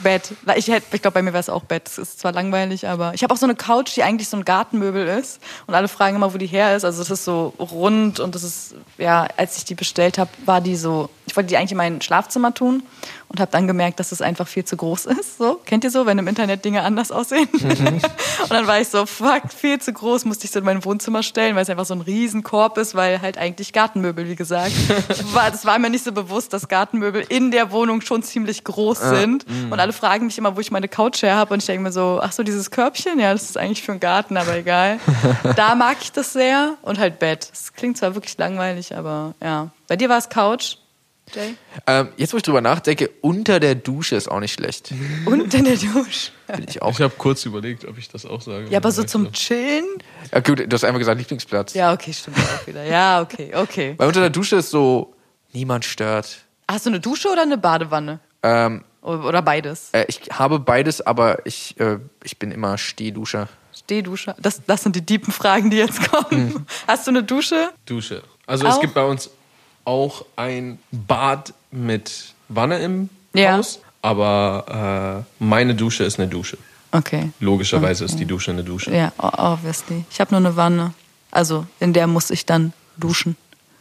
A: Bett. Ich, hätt- ich glaube, bei mir wäre es auch Bett. Es ist zwar langweilig, aber ich habe auch so eine Couch, die eigentlich so ein Gartenmöbel ist. Und alle fragen immer, wo die her ist. Also es ist so rund und das ist, ja, als ich die bestellt habe, war die so, ich wollte die eigentlich in mein Schlafzimmer tun und habe dann gemerkt, dass es einfach viel zu groß ist. So, kennt ihr so, wenn im Internet Dinge anders aussehen? *laughs* und dann war ich so, fuck, viel zu groß, musste ich so in mein Wohnzimmer stellen, weil es einfach so ein Riesenkorb ist, weil halt eigentlich Gartenmöbel, wie gesagt. Ich war, das war mir nicht so bewusst, dass Gartenmöbel in der Wohnung schon ziemlich groß sind. Und alle fragen mich immer, wo ich meine Couch her habe. Und ich denke mir so, ach so, dieses Körbchen, ja, das ist eigentlich für einen Garten, aber egal. da mag ich das sehr. Und halt Bett. Das klingt zwar wirklich langweilig, aber ja. Bei dir war es Couch, Jay?
B: Ähm, jetzt, wo ich drüber nachdenke, unter der Dusche ist auch nicht schlecht.
A: Und in der Dusche.
B: Bin ich *laughs* auch.
C: Ich habe kurz überlegt, ob ich das auch sage.
A: Ja, aber so zum Chillen?
B: Ja, Äh, gut, du hast einmal gesagt Lieblingsplatz.
A: Ja, okay, stimmt auch wieder. Ja, okay,
B: *laughs*
A: okay.
B: Weil unter der Dusche ist so, niemand stört.
A: Hast du eine Dusche oder eine Badewanne?
B: Ähm,
A: O- Oder beides?
B: äh, ich habe beides, aber ich, äh, ich bin immer Stehduscher.
A: Stehdusche? Das, das sind die tiefen Fragen, die jetzt kommen. Hast du eine Dusche?
C: Dusche. Also
A: Auch?
C: es gibt bei uns auch ein Bad mit Wanne im
A: Ja.
C: Haus, aber äh, meine Dusche ist eine Dusche.
A: Okay.
C: Logischerweise ist die Dusche eine Dusche.
A: Mhm. Ja, o- obviously. Ich habe nur eine Wanne. Also in der muss ich dann duschen.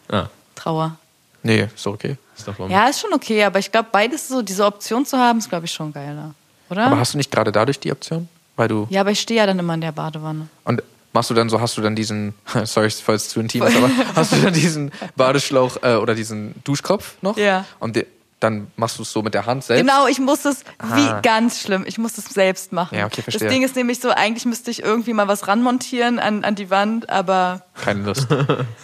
C: Ah,
A: Trauer.
B: Nee, ist doch okay.
C: ist doch mal
A: Ja, ist schon okay, aber ich glaube, beides so, diese Option zu haben, ist, glaube ich, schon geiler. Oder?
B: Aber hast du nicht gerade dadurch die Option? Weil du.
A: ja, aber ich stehe ja dann immer in der Badewanne.
B: Und machst du dann so, hast du dann diesen, *laughs* sorry, falls es zu intim
A: *laughs*
B: ist, aber hast du dann diesen Badeschlauch äh, oder diesen Duschkopf noch?
A: Ja.
B: Und de- dann machst du es so mit der Hand selbst.
A: Genau, ich muss das,
B: Ah.
A: wie ganz schlimm, ich muss das selbst machen.
B: Ja, okay, verstehe.
A: Das Ding ist nämlich so, eigentlich müsste ich irgendwie mal was ranmontieren an, an die Wand, aber
B: Keine Lust.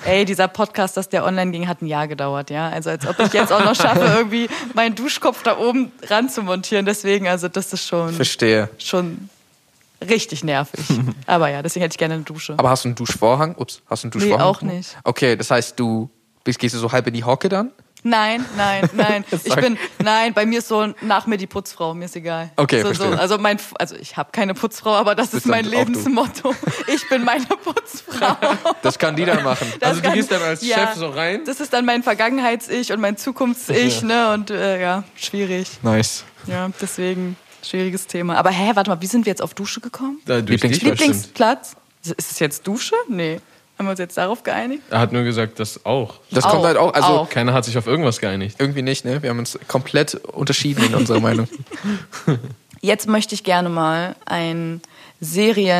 A: Ey, dieser Podcast, dass der online ging, hat ein Jahr gedauert, ja. Also als ob ich jetzt auch noch
B: *laughs*
A: schaffe, irgendwie meinen Duschkopf da oben ranzumontieren. Deswegen, also das ist schon,
B: Verstehe.
A: schon richtig nervig.
B: *laughs*
A: Aber ja, deswegen hätte ich gerne eine Dusche.
B: Aber hast du einen Duschvorhang? Ups, hast du einen Duschvorhang?
A: auch nicht.
B: Okay, das heißt, du bist, gehst du so halb in die Hocke dann?
A: nein, nein,
B: *laughs*
A: nein. Ich
B: Sorry.
A: bin, nein, bei mir ist so nach mir die Putzfrau, mir ist egal.
B: Okay,
A: so, so,
B: verstehe.
A: also mein, also ich habe keine Putzfrau, aber das ist
B: dann
A: mein
B: auch du. *laughs*
A: Lebensmotto. Ich bin meine Putzfrau.
B: Das kann die dann machen.
A: *laughs* Das
C: Also du
A: kann-
C: gehst dann als Chef so rein?
A: Das ist dann mein Vergangenheits-Ich und mein Zukunfts-Ich, ne? Und äh, ja, schwierig.
B: Nice.
A: Ja, deswegen schwieriges Thema. Aber hä, warte mal, wie sind wir jetzt auf Dusche gekommen?
C: Da durch
B: Lieblings-
C: dich bestimmt.
A: Lieblingsplatz? Ist es jetzt Dusche? Nee. Haben wir uns jetzt darauf geeinigt?
C: Er hat nur gesagt, das auch.
B: Das
A: Auch,
B: kommt halt auch, also
A: auch.
C: Keiner hat sich auf irgendwas geeinigt.
B: irgendwie nicht, ne? Wir haben uns komplett unterschieden in
A: *laughs*
B: unserer Meinung.
A: Jetzt möchte ich gerne mal einen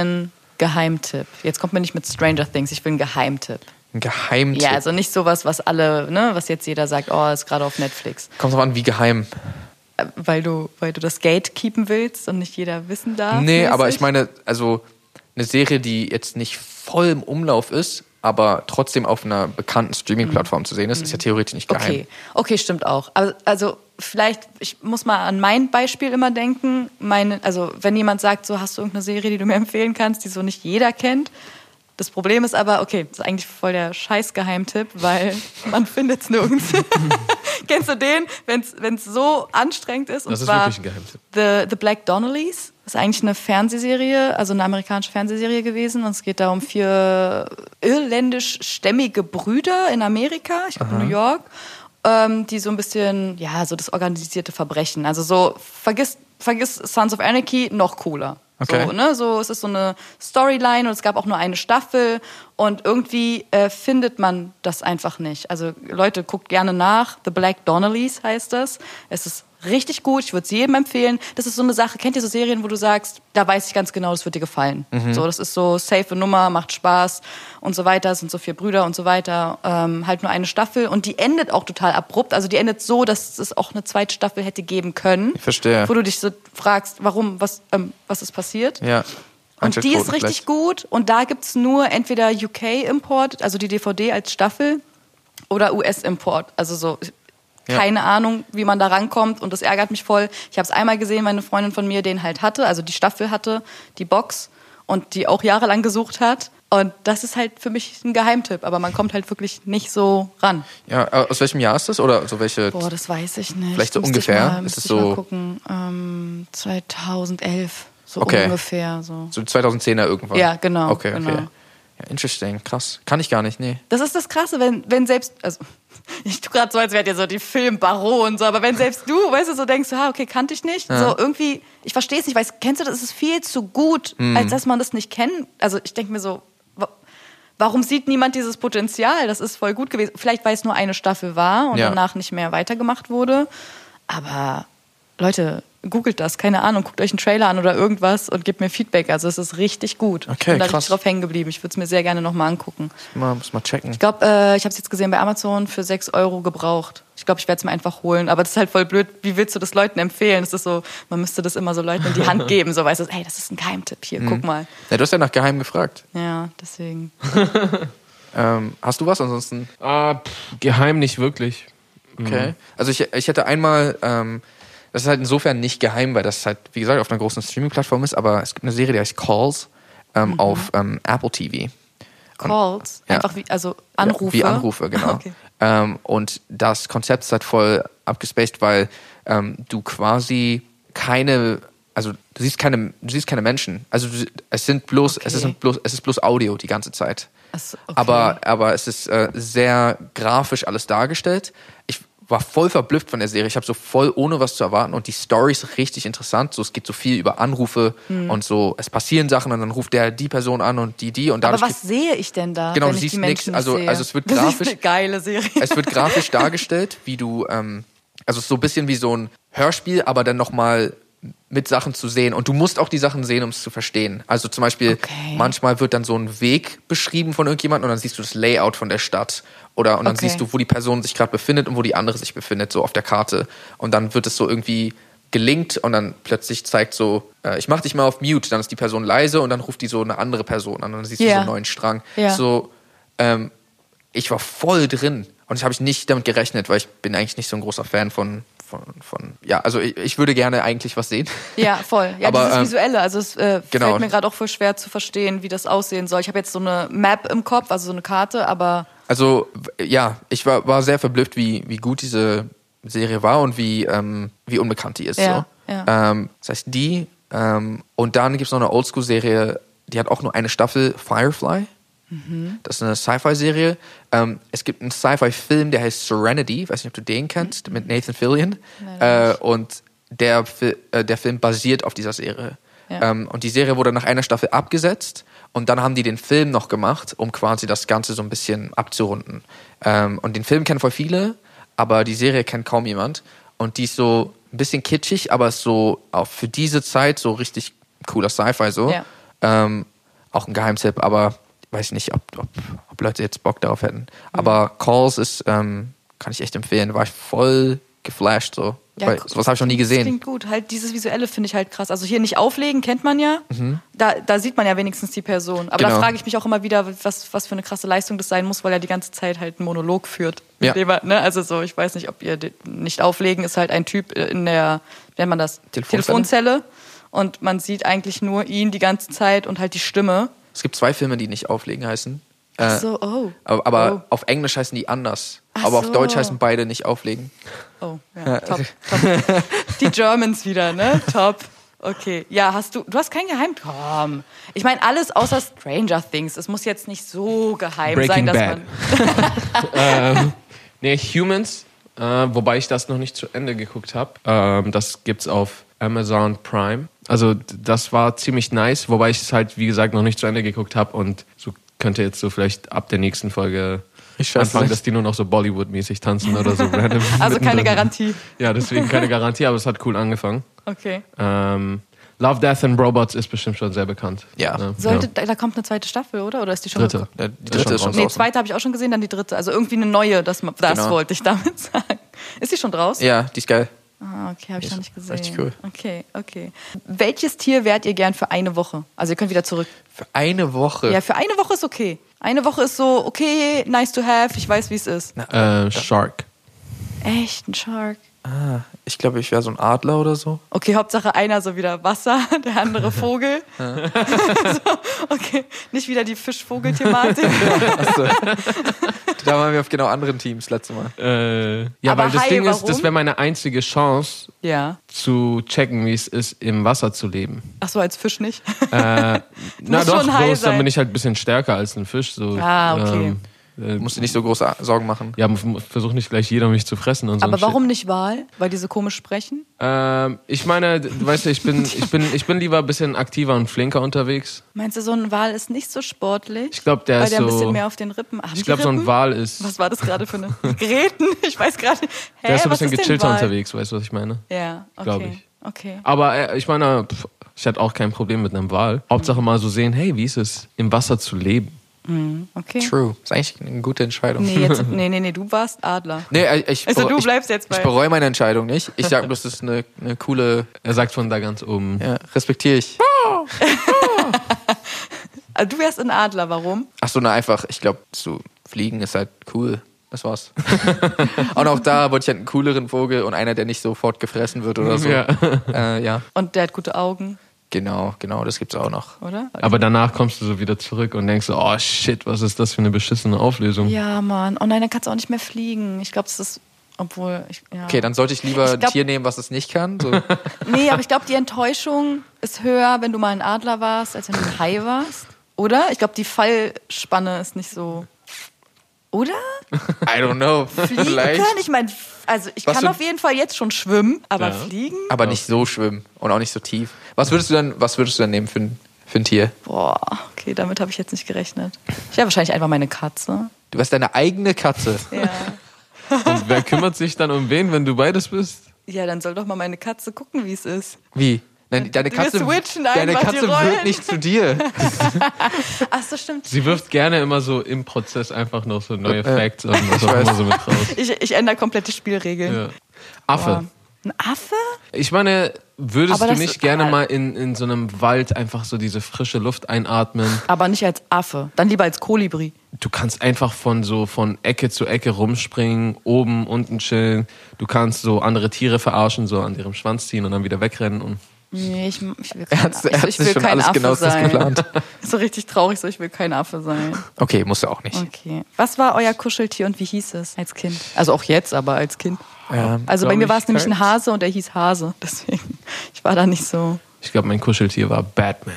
A: Seriengeheimtipp. Jetzt kommt man nicht mit Stranger Things, ich will einen Geheimtipp.
B: Ein Geheimtipp.
A: Ja, also nicht sowas, was alle, ne, was jetzt jeder sagt, oh, ist gerade auf Netflix.
B: Kommt drauf an, wie geheim.
A: Äh, Weil du, weil du das Gatekeepen willst und nicht jeder wissen darf.
B: Nee, aber ich
A: mäßig.
B: meine, also eine Serie, die jetzt nicht voll im Umlauf ist, aber trotzdem auf einer bekannten Streaming-Plattform zu sehen ist, ist ja theoretisch nicht geheim.
A: Mhm. Okay, okay, stimmt auch. Also, also vielleicht, ich muss mal an mein Beispiel immer denken. Meine, also wenn jemand sagt, so hast du irgendeine Serie, die du mir empfehlen kannst, die so nicht jeder kennt. Das Problem ist aber, okay, das ist eigentlich voll der Scheißgeheimtipp, weil
C: *laughs*
A: man findet es nirgends. Kennst du den, wenn es so anstrengend ist? Und
C: Das ist
A: zwar
C: wirklich ein Geheimtipp.
A: The, The Black Donnellys ist eigentlich eine Fernsehserie, also eine amerikanische Fernsehserie gewesen. Und es geht da um vier irländischstämmige Brüder in Amerika, ich glaube in New York, ähm, die so ein bisschen, ja, so das organisierte Verbrechen. Also so, vergiss, vergiss Sons of Anarchy, noch cooler.
B: Okay.
A: So, ne? so, es ist so eine Storyline und es gab auch nur eine Staffel und irgendwie äh, findet man das einfach nicht. Also Leute, guckt gerne nach. The Black Donnellys heißt das. Es ist richtig gut, ich würde es jedem empfehlen. Das ist so eine Sache, kennt ihr so Serien, wo du sagst, da weiß ich ganz genau, das wird dir gefallen.
B: Mhm.
A: So, das ist so safe Nummer, macht Spaß und so weiter. Es sind so vier Brüder und so weiter. Ähm, halt nur eine Staffel und die endet auch total abrupt. Also die endet so, dass es auch eine zweite Staffel hätte geben können.
B: Ich verstehe.
A: Wo du dich so fragst, warum, was, ähm, was ist passiert?
B: Ja.
A: Und die ist richtig gut und da gibt's nur entweder UK-Import, also die DVD als Staffel, oder US-Import. Also so,
B: Ja.
A: keine Ahnung, wie man da rankommt und das ärgert mich voll. Ich habe es einmal gesehen, meine Freundin von mir den halt hatte, also die Staffel hatte, die Box und die auch jahrelang gesucht hat. Und das ist halt für mich ein Geheimtipp, aber man kommt halt wirklich nicht so ran.
B: Ja, äh, aus welchem Jahr ist das? Oder so welche?
A: Boah, das weiß ich nicht.
B: Vielleicht so
A: Müsste ich
B: ungefähr?
A: Mal,
B: Ist
A: müsste
B: es
A: ich mal
B: so-
A: gucken. Ähm, 2011, so
B: Okay.
A: ungefähr. So.
B: so 2010er irgendwann.
A: Ja, genau.
B: Okay,
A: genau.
B: okay. Ja, interesting, krass. Kann ich gar nicht, nee.
A: Das ist das Krasse, wenn, wenn selbst, also *laughs* ich tu gerade so, als wärt ihr so die Filmbaron, so, aber wenn selbst du, weißt du, so denkst, ah, okay, kannte ich nicht, so irgendwie, ich verstehe es nicht, weißt, kennst du das, es ist viel zu gut,
B: Hm.
A: als dass man das nicht kennt. Also ich denke mir so, wa- warum sieht niemand dieses Potenzial? Das ist voll gut gewesen. Vielleicht, weil es nur eine Staffel war und
B: Ja.
A: danach nicht mehr weitergemacht wurde, aber Leute, googelt das, keine Ahnung, guckt euch einen Trailer an oder irgendwas und gebt mir Feedback, also es ist richtig gut. ich
B: Okay,
A: bin da
B: krass.
A: richtig drauf hängen geblieben, ich würde es mir sehr gerne nochmal angucken.
B: Mal, muss mal checken.
A: Ich glaube, äh, ich habe es jetzt gesehen bei Amazon für 6 Euro gebraucht. Ich glaube, ich werde es mir einfach holen. Aber das ist halt voll blöd. Wie willst du das Leuten empfehlen? Es ist so, man müsste das immer so Leuten in die
B: *laughs*
A: Hand geben. So weißt du, hey, das ist ein Geheimtipp hier, guck
B: Mhm.
A: mal.
B: Ja, du hast ja nach Geheim gefragt.
A: Ja, deswegen.
B: Ähm, hast du was ansonsten?
C: Ah, pff, geheim nicht wirklich.
B: Okay. Also ich, ich hätte einmal, ähm, das ist halt insofern nicht geheim, weil das halt, wie gesagt, auf einer großen Streaming-Plattform ist, aber es gibt eine Serie, die heißt Calls ähm, auf ähm, Apple TV.
A: Calls,
B: Ja.
A: einfach wie, also Anrufe.
B: Ja, wie Anrufe,
A: *laughs*
B: genau.
A: Okay.
B: Ähm, und das Konzept ist halt voll abgespaced, weil ähm, du quasi keine, also du siehst keine, du siehst keine Menschen. Also du, es sind bloß, es
A: Okay.
B: ist bloß, es ist bloß Audio die ganze Zeit.
A: Ach so, okay.
B: Aber aber es ist äh, sehr grafisch alles dargestellt. Ich war voll verblüfft von der Serie. Ich habe so voll ohne was zu erwarten und die Story ist richtig interessant. So es geht so viel über Anrufe
A: Hm.
B: und so es passieren Sachen und dann ruft der die Person an und die die und
A: Aber
B: dadurch
A: was sehe ich denn da?
B: Genau,
A: wenn
B: du
A: ich die
B: siehst
A: Menschen
B: nix.
A: nicht
B: Also-
A: sehe?
B: also es wird
A: Das ist
B: grafisch-
A: eine geile Serie.
B: es wird grafisch dargestellt, wie du, ähm, also es ist so ein bisschen wie so ein Hörspiel, aber dann nochmal mit Sachen zu sehen. Und du musst auch die Sachen sehen, um es zu verstehen. Also zum Beispiel,
A: Okay.
B: manchmal wird dann so ein Weg beschrieben von irgendjemandem und dann siehst du das Layout von der Stadt. Oder und dann
A: Okay.
B: siehst du, wo die Person sich gerade befindet und wo die andere sich befindet, so auf der Karte. Und dann wird es so irgendwie gelingt und dann plötzlich zeigt so, äh, ich mach dich mal auf Mute, dann ist die Person leise und dann ruft die so eine andere Person an und dann siehst du so
A: Ja.
B: einen neuen Strang.
A: Ja.
B: So, ähm, ich war voll drin. Und das habe ich nicht damit gerechnet, weil ich bin eigentlich nicht so ein großer Fan von, von, von ja, also ich, ich würde gerne eigentlich was sehen.
A: *laughs*
B: *laughs*
A: Ja, voll. Ja,
B: Aber,
A: dieses
B: ähm,
A: Visuelle. Also es äh,
B: genau.
A: fällt mir gerade auch voll schwer zu verstehen, wie das aussehen soll. Ich habe jetzt so eine Map im Kopf, also so eine Karte, aber
B: Also w- ja, ich war, war sehr verblüfft, wie, wie gut diese Serie war und wie, ähm, wie unbekannt die ist.
A: Ja,
B: so.
A: ja.
B: Ähm, das heißt, die ähm, und dann gibt es noch eine Oldschool-Serie, die hat auch nur eine Staffel, Firefly. Das ist eine Sci-Fi-Serie. Ähm, es gibt einen Sci-Fi-Film, der heißt Serenity. Ich weiß nicht, ob du den
A: Mhm.
B: kennst, mit Nathan Fillion. Äh, und der, Fi- äh, der Film basiert auf dieser Serie.
A: Ja.
B: Ähm, und die Serie wurde nach einer Staffel abgesetzt und dann haben die den Film noch gemacht, um quasi das Ganze so ein bisschen abzurunden. Ähm, und den Film kennen voll viele, aber die Serie kennt kaum jemand. Und die ist so ein bisschen kitschig, aber ist so auch für diese Zeit so richtig cooler Sci-Fi so.
A: Ja.
B: Ähm, auch ein Geheimtipp, aber weiß nicht, ob, ob, ob Leute jetzt Bock darauf
A: Mhm.
B: hätten. Aber Calls ist, ähm, kann ich echt empfehlen, war ich voll geflasht so.
A: Ja,
B: Weil,
A: gu-
B: sowas habe ich noch nie
A: Das
B: gesehen.
A: klingt gut. Halt dieses Visuelle finde ich halt krass. Also hier nicht auflegen, kennt man ja. Da, da sieht man ja wenigstens die Person. Aber da
B: Mhm. Genau.
A: frage ich mich auch immer wieder, was, was für eine krasse Leistung das sein muss, weil er die ganze Zeit halt einen Monolog führt.
B: Ja.
A: Indem Er, ne? Also so, ich weiß nicht, ob ihr den- nicht auflegen, ist halt ein Typ äh, in der, wie nennt man das?
B: Telefonzelle?
A: Telefonzelle. Und man sieht eigentlich nur ihn die ganze Zeit und halt die Stimme.
B: Es gibt zwei Filme, die nicht auflegen heißen.
A: Ach
B: Äh,
A: so, oh.
B: Aber, aber auf Englisch heißen die anders.
A: Ach
B: aber
A: so.
B: auf Deutsch heißen beide nicht auflegen.
A: Oh, ja, top, top. Die Germans wieder, ne? Top. Okay, ja, hast du, du hast kein Geheimtipp. Komm. Ich meine, alles außer Stranger Things. Es muss jetzt nicht so geheim sein,
C: Breaking
A: dass
C: Bad.
A: man.
C: ähm, nee, Humans, äh, wobei ich das noch nicht zu Ende geguckt habe. Ähm, das gibt's auf Amazon Prime. Also d- das war ziemlich nice, wobei ich es halt, wie gesagt, noch nicht zu Ende geguckt habe und so könnte jetzt so vielleicht ab der nächsten Folge
B: Ich schätze
C: anfangen,
B: nicht.
C: dass die nur noch so Bollywood-mäßig
A: *laughs*
C: tanzen oder so random.
A: Also keine
C: mittendrin.
A: Garantie.
C: Ja,
A: *laughs*
C: deswegen keine Garantie, aber es hat cool angefangen.
A: Okay.
C: Ähm, Love, Death and Robots ist bestimmt schon sehr bekannt.
B: Ja.
C: Ne?
A: Sollte, da- Da kommt eine zweite Staffel, oder? Oder ist die schon
C: Dritte.
B: Ja, die
C: Ist
B: dritte ist schon
A: Nee,
B: draußen.
A: zweite habe ich auch schon gesehen, dann die dritte. Also irgendwie eine neue, das, das
B: Genau.
A: wollte ich damit *laughs* sagen. Ist die schon draus?
B: Ja, die ist geil.
A: Ah, okay, habe ich
B: Ist
A: noch nicht gesehen.
B: richtig cool.
A: Okay, okay. Welches Tier wärt ihr gern für eine Woche? Also ihr könnt wieder zurück.
B: Für eine
C: Äh.
B: Woche.
A: Ja, für eine Woche ist okay. Eine Woche ist so, okay, nice to have, ich weiß, wie es ist.
C: Äh, Shark.
A: Echt, ein Shark.
B: Ich glaube, ich wäre so ein Adler
A: *laughs*
B: oder so.
A: Okay, Hauptsache einer so wieder Wasser, *laughs* der andere
C: *laughs*
A: Vogel. *laughs* so, okay, nicht wieder die Fisch-Vogel-Thematik.
C: *laughs*
B: Da waren wir auf genau anderen Teams letztes Mal.
C: Äh, ja,
A: Aber
C: weil das
A: Hai,
C: Ding ist, das
A: warum?
C: wäre meine einzige Chance
A: ja.
C: zu checken, wie es ist, im Wasser zu leben.
A: Ach so, als Fisch nicht.
C: Äh, na
A: musst
C: doch,
A: schon Hai
C: bloß dann
A: sein.
C: bin ich halt ein bisschen stärker als ein Fisch. So,
A: Ah, okay.
C: Ähm, äh,
B: Musst du nicht so große Sorgen machen.
C: ja, versucht nicht gleich jeder mich zu fressen und so.
A: Aber
C: ein Shit.
A: warum nicht Wal? Weil die so komisch sprechen?
C: Ähm, ich meine, d- weißt du, ich bin, ich bin, ich bin lieber ein bisschen aktiver und flinker unterwegs.
A: Meinst du, so ein Wal ist nicht so sportlich?
C: Ich glaube, der
A: Weil
C: ist
A: der ein
C: so.
A: bisschen mehr auf den Rippen. Haben
C: ich
A: die
C: glaube, so ein
A: Rippen?
C: Wal ist.
A: Was war das gerade für eine Gräten? Ich weiß gerade. nicht. Hä,
C: der ist so ein
A: was
C: bisschen
A: denn
C: gechillter
A: Wal?
C: unterwegs, weißt du, was ich meine?
A: Ja, okay.
C: Glaub ich.
A: Okay.
C: Aber äh, ich meine, pff, ich hatte auch kein Problem mit einem Wal. Hauptsache mal so sehen, hey, wie ist es, im Wasser zu leben?
A: Okay.
B: True. Ist eigentlich eine gute Entscheidung.
A: Nee, jetzt, *laughs* nee, nee, nee, du warst Adler.
B: Nee, äh, ich,
A: Also du
B: ich,
A: bleibst jetzt bei-
B: Ich bereue meine Entscheidung nicht.
A: *laughs*
B: Ich sage bloß, das ist eine, eine coole,
C: Er sagt von da ganz oben.
B: ja, respektiere ich.
A: Also du wärst ein Adler, warum?
B: Ach so, na einfach, ich glaube, zu fliegen ist halt cool. Das
A: *laughs*
B: war's. und auch da wollte ich halt einen cooleren Vogel und einer, der nicht sofort gefressen wird oder so.
C: Ja.
B: *laughs* Äh, ja,
A: Und der hat gute Augen,
B: genau, genau, das gibt's auch noch.
A: oder?
C: Aber danach kommst du so wieder zurück und denkst so, oh shit, was ist das für eine beschissene Auflösung?
A: Ja, Mann. Oh nein, dann kannst du auch nicht mehr fliegen. Ich glaube, es ist. Obwohl, ich, ja.
B: Okay, dann sollte ich lieber
A: Ich glaub-
B: ein Tier nehmen, was es nicht
A: *laughs*
B: kann. So.
A: Nee, aber ich glaube, die Enttäuschung ist höher, wenn du mal ein Adler warst, als wenn du ein Hai warst. Oder? Ich glaube, die Fallspanne ist nicht so. Oder?
B: I don't know.
A: Fliegen
B: Vielleicht.
A: können? Ich meine, also ich
B: Was
A: kann
B: du-
A: auf jeden Fall jetzt schon schwimmen, aber
C: Ja.
A: fliegen?
B: Aber nicht so schwimmen und auch nicht so tief. Was würdest du dann, was würdest du dann nehmen für ein, für ein Tier?
A: Boah, okay, damit habe ich jetzt nicht gerechnet. Ich wäre wahrscheinlich einfach meine Katze.
B: Du wärst deine eigene Katze.
A: Ja.
C: Und wer kümmert sich dann um wen, wenn du beides bist?
A: ja, dann soll doch mal meine Katze gucken, wie es ist.
B: Wie? Nein, deine
A: Wir
B: Katze,
A: switchen
B: deine
A: einfach die
B: Katze
A: Rollen.
B: wird nicht zu dir.
A: *laughs* Ach so, stimmt.
C: Sie wirft gerne immer so im Prozess einfach noch so neue
B: Äh,
C: Facts und was auch
B: weiß.
C: immer so
A: *laughs*
C: mit raus.
A: Ich, ich ändere komplett die Spielregeln.
C: Ja. Affe.
A: Boah. Ein Affe?
C: Ich meine, würdest
A: Aber
C: du
A: das äh,
C: nicht
A: ist-
C: gerne mal in, in so einem Wald einfach so diese frische Luft einatmen?
A: Aber nicht als Affe. Dann lieber als Kolibri.
C: Du kannst einfach von so von Ecke zu Ecke rumspringen, oben, unten chillen. Du kannst so andere Tiere verarschen, so an ihrem Schwanz ziehen und dann wieder wegrennen. Und
A: Nee, ich, ich will
B: *laughs* Er
A: kein,
B: hat- er
A: ich,
B: hat
A: ich
B: sich
A: will
B: schon
A: kein
B: alles
A: Affe
B: genauestens
A: sein.
B: geplant.
A: *laughs* So richtig traurig, so ich will kein Affe sein.
B: Okay, musst du auch nicht.
A: Okay. Was war euer Kuscheltier und wie hieß es als Kind? Also auch jetzt, aber als Kind.
B: Ähm,
A: Also bei
B: glaub
A: mir
B: ich,
A: war es nämlich ein
B: Kite.
A: Hase und er hieß Hase. *laughs* Deswegen, ich war da nicht so.
C: ich glaube, mein Kuscheltier war Batman.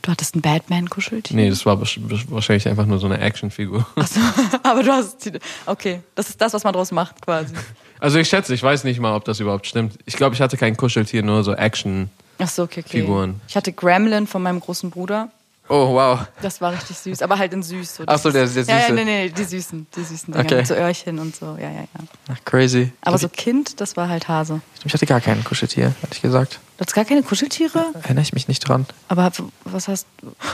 A: Du hattest ein Batman-Kuscheltier?
C: Nee, das war besch- besch- wahrscheinlich einfach nur so eine Actionfigur. *laughs*
A: Achso, *laughs* aber du hast. die- Okay, das ist das, was man draus macht, quasi.
C: Also ich schätze, ich weiß nicht mal, ob das überhaupt stimmt. Ich glaube, ich hatte kein Kuscheltier, nur so Action.
A: Achso, okay, okay.
C: Figuren.
A: Ich hatte Gremlin von meinem großen Bruder.
B: Oh, wow.
A: Das war richtig süß, aber halt in süß. So
B: Ach so, der- der
A: Ja, ja,
B: Süße.
A: nee, nee, die süßen, die süßen Dinger
B: Okay. Also
A: mit so Öhrchen und so. Ja, ja, ja.
B: Ach, crazy.
A: Aber so Kind, das war halt Hase.
B: Ich hatte gar keinen Kuscheltier, hatte ich gesagt.
A: Du hattest gar keine Kuscheltiere,
B: Erinnere ich mich nicht dran.
A: aber was hast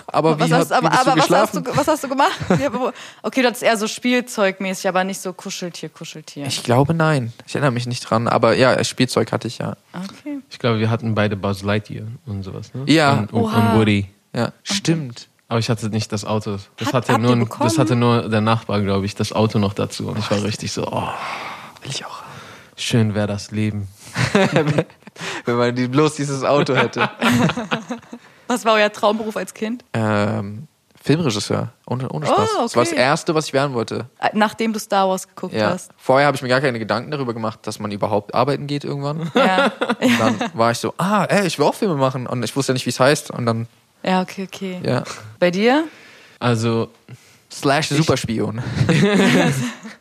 B: Aber Oh, wie,
A: was hast,
B: hast,
A: aber,
B: wie bist
A: aber was
B: du
A: hast
B: geschlafen?
A: du was hast du gemacht? *laughs* Ja, wo- okay, du hattest eher so Spielzeugmäßig, aber nicht so Kuscheltier, Kuscheltier.
B: Ich glaube, nein. Ich erinnere mich nicht dran. Aber ja, Spielzeug hatte ich ja.
A: Okay.
C: Ich glaube, wir hatten beide Buzz Lightyear und sowas. Ne?
B: Ja.
C: Und, und,
A: Oha.
C: und Woody.
B: ja. Stimmt.
C: Aber ich hatte nicht das Auto. Das,
A: Hat-
C: hatte,
A: habt ihr
C: nur,
A: bekommen?
C: das hatte nur der Nachbar, glaube ich, das Auto noch dazu. Und ich war richtig so, oh,
B: Will ich auch.
C: schön wäre das Leben.
B: Wenn man die, bloß dieses Auto hätte.
A: Was war euer Traumberuf als Kind?
B: *laughs* ähm, Filmregisseur. Ohne, ohne Spaß.
A: Oh,
B: Das war das
A: okay.
B: Erste, was ich werden wollte.
A: Äh, Nachdem du Star Wars geguckt
B: Ja.
A: hast.
B: Vorher habe ich mir gar keine Gedanken darüber gemacht, dass man überhaupt arbeiten geht irgendwann. *laughs*
A: Ja.
B: Und dann war ich so, ah, ey, ich will auch Filme machen. Und ich wusste ja nicht, wie es heißt. Und dann,
A: ja, okay, okay.
B: ja.
A: Bei dir?
C: Also,
B: Slash Superspion.